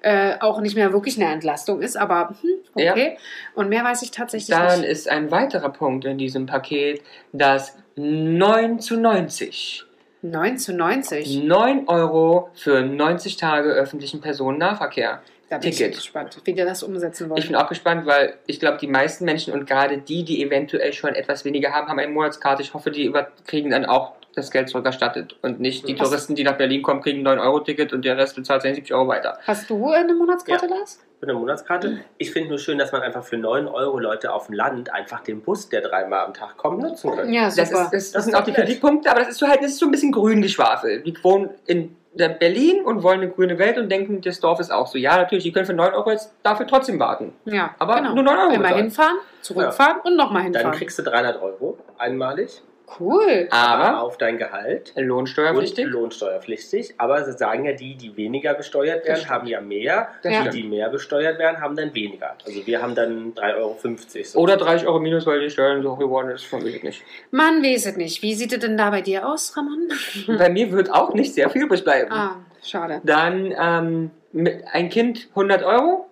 äh, auch nicht mehr wirklich eine Entlastung ist, aber hm, okay. Und mehr weiß ich tatsächlich
Dann
nicht.
ist ein weiterer Punkt in diesem Paket das 9 zu 90.
9 zu 90.
9 Euro für 90 Tage öffentlichen Personennahverkehr.
Da bin
Ticket.
ich gespannt, wie die das umsetzen
Ich
wollen.
bin auch gespannt, weil ich glaube, die meisten Menschen und gerade die, die eventuell schon etwas weniger haben, haben eine Monatskarte. Ich hoffe, die über kriegen dann auch das Geld zurückerstattet. Und nicht die
Was?
Touristen, die nach Berlin kommen, kriegen ein 9-Euro-Ticket und der Rest bezahlt 70 Euro weiter.
Hast du eine Monatskarte, Lars?
Für eine Monatskarte. Ich finde nur schön, dass man einfach für 9 Euro Leute auf dem Land einfach den Bus, der dreimal am Tag kommt, nutzen kann.
Ja,
Das,
super.
ist, das,
Das
das sind
ist
auch die
doch nett.
Kritikpunkte, aber das ist so halt, das ist so ein bisschen grün geschwafelt. Die wohnen in der Berlin und wollen eine grüne Welt und denken, das Dorf ist auch so. Ja, natürlich, die können für 9 Euro jetzt dafür trotzdem warten.
ja,
aber
genau.
nur 9 Euro
Einmal
bezahlt.
hinfahren, zurückfahren und nochmal
Dann
hinfahren.
kriegst du 300 Euro einmalig
Cool.
Aber
auf dein Gehalt. Und
Lohnsteuerpflichtig.
lohnsteuerpflichtig. Aber sie sagen ja, die, die weniger besteuert werden, haben ja mehr.
Das
Ja.
Die,
stimmt.
die mehr besteuert werden, haben dann weniger. Also wir haben dann 3,50 Euro. So.
Oder 30 Euro minus, weil die Steuern so hoch geworden ist, von mir nicht.
Man weiß es nicht. Wie sieht es denn da bei dir aus, Ramon?
Bei mir wird auch nicht sehr viel übrig bleiben.
Ah, schade.
Dann ähm, mit ein Kind 100 Euro.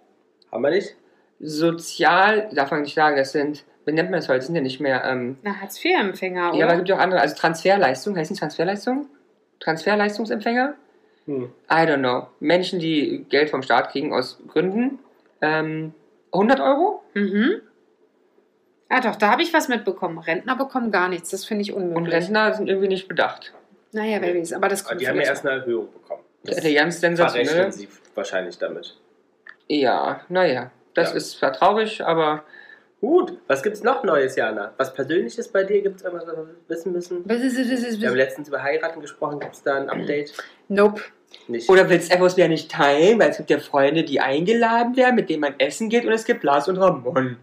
Haben wir nicht?
Sozial, darf man nicht sagen, das sind, wie nennt man das heute, das sind ja nicht mehr. Ähm,
Na,
ja,
Hartz-IV-Empfänger,
aber es
oder?
gibt ja auch andere, also Transferleistung, heißt nicht Transferleistung? Transferleistungsempfänger?
Hm.
I don't know. Menschen, die Geld vom Staat kriegen aus Gründen. Ähm, 100 Euro?
Mhm. Ah doch, da habe ich was mitbekommen. Rentner bekommen gar nichts. Das finde ich
Und
unmöglich.
Rentner sind irgendwie nicht bedacht.
Naja, wer weiß. Aber das
Aber
kommt
die haben ja
vielleicht
erst eine Erhöhung bekommen.
Das
Das
ist ja ne? ganz sensationell.
verrechnen sie wahrscheinlich damit.
Ja, naja. Das
Ja.
ist zwar traurig, aber
Gut, was gibt's noch Neues, Jana? Was Persönliches bei dir? Gibt's irgendwas, was wir wissen müssen?
noch. Bis- bis- bis- bis-
Wir haben
bis-
letztens über Heiraten gesprochen. Gibt's da ein Update?
Nope.
Nicht.
Oder willst du etwas wieder nicht teilen, weil es gibt ja Freunde, die eingeladen werden, mit denen man essen geht und es gibt Lars und Ramon.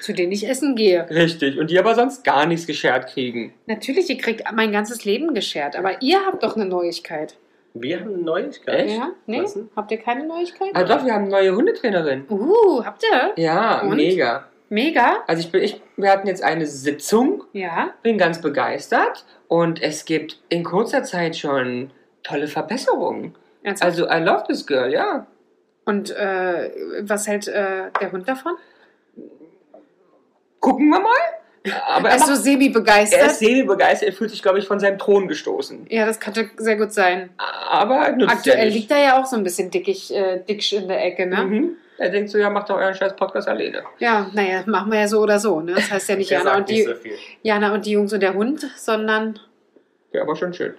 Zu denen ich essen gehe.
Richtig. Und die aber sonst gar nichts geschert kriegen.
Natürlich, ihr kriegt mein ganzes Leben geschert. Aber ihr habt doch eine Neuigkeit.
wir haben eine Neuigkeit.
Echt?
Ja? Nee?
Was denn?
Habt ihr keine Neuigkeit?
Ah doch, wir haben eine neue Hundetrainerin.
Uh, habt ihr?
Ja,
Und?
mega.
Mega.
Also ich bin, ich, wir hatten jetzt eine Sitzung,
Ja.
bin ganz begeistert und es gibt in kurzer Zeit schon tolle Verbesserungen.
Ernsthaft?
Also I love this girl, ja.
Und äh, was hält äh, der Hund davon?
Gucken wir mal. Aber
er
er, macht, er
Also, ist so
ist
semi-begeistert.
seelenbegeistert, er fühlt sich, glaube ich, von seinem Thron gestoßen.
Ja, das könnte sehr gut sein.
Aber nutzt er
Aktuell
nicht.
liegt er ja auch so ein bisschen dickig, äh, dicksch in der Ecke, ne?
Mhm. Er denkt so, ja, macht doch euren scheiß Podcast alleine.
Ja, naja, machen wir ja so oder so, ne? Das heißt ja nicht
Er
Jana
sagt
und, die,
nicht so viel.
Jana und die Jungs und der Hund, sondern.
Wäre aber schon schön.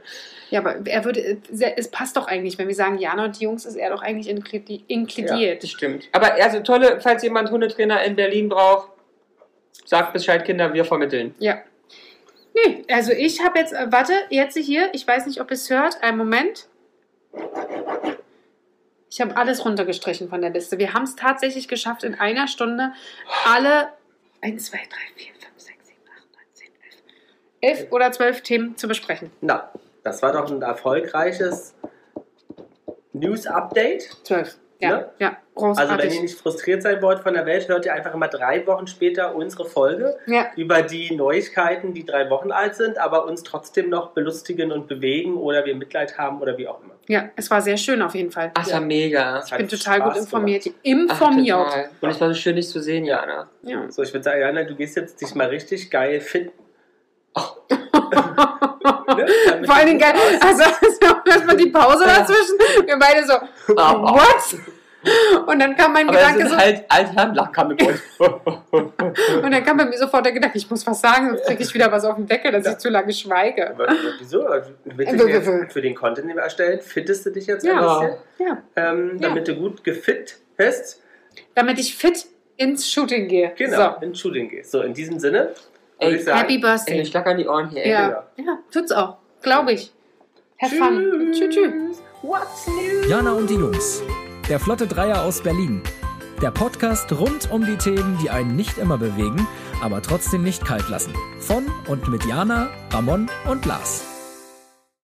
Ja, aber er würde. Es passt doch eigentlich, wenn wir sagen Jana und die Jungs, ist er doch eigentlich inkli-
Ja,
inkludiert.
das stimmt. Aber also tolle, falls jemand Hundetrainer in Berlin braucht, sagt Bescheid, Kinder, wir vermitteln.
Ja. Nee, also ich habe jetzt. äh, Warte, jetzt hier, ich weiß nicht, ob ihr es hört. Einen Moment. Ich habe alles runtergestrichen von der Liste. Wir haben es tatsächlich geschafft, in einer Stunde alle 1, 2, 3, 4, 5, 6, 7, 8, 9, 10, 11, 11 oder 12 Themen zu besprechen.
Na, das war doch ein erfolgreiches News-Update.
12. Ja,
Ne?
ja,
Also
großartig.
wenn ihr nicht frustriert sein wollt von der Welt, hört ihr einfach immer drei Wochen später unsere Folge
ja,
über die Neuigkeiten, die drei Wochen alt sind, aber uns trotzdem noch belustigen und bewegen oder wir Mitleid haben oder wie auch immer.
ja, es war sehr schön auf jeden Fall.
Ach, ja. mega.
Es
ich bin
hat
total
Spaß
gut informiert.
Ach,
Informiert.
total. Und es war so schön, dich zu sehen, Jana.
Ja.
gemacht. So, ich würde sagen, Jana, du gehst jetzt dich mal richtig geil fit. ne? Damit
Vor allen Dingen
du-
geil, also erstmal die Pause
Ja.
dazwischen. Wir beide so, what? Und dann kam mein
Aber das
Gedanke
ist
so,
halt Altherrenlachkammel.
und dann kam bei mir sofort der Gedanke, ich muss was sagen, sonst kriege ich wieder was auf den Deckel, dass ich zu lange schweige.
Aber Wieso? Willst du mir Für den Content, den wir erstellen, fittest du dich jetzt ein
Ja.
bisschen,
Ja,
ähm,
Ja.
damit du gut gefit bist.
damit ich fit ins Shooting gehe.
Genau, in Shooting gehst. So, in diesem Sinne
Ey,
würde ich
So,
sagen,
happy
Ey,
Birthday.
ich schlag an die Ohren hier. ey.
Ja, ja, tut's auch, glaube ich. Have fun. Tschüss. Tschüss.
Jana und die Jungs. Der Flotte Dreier aus Berlin. Der Podcast rund um die Themen, die einen nicht immer bewegen, aber trotzdem nicht kalt lassen. Von und mit Jana, Ramon und Lars.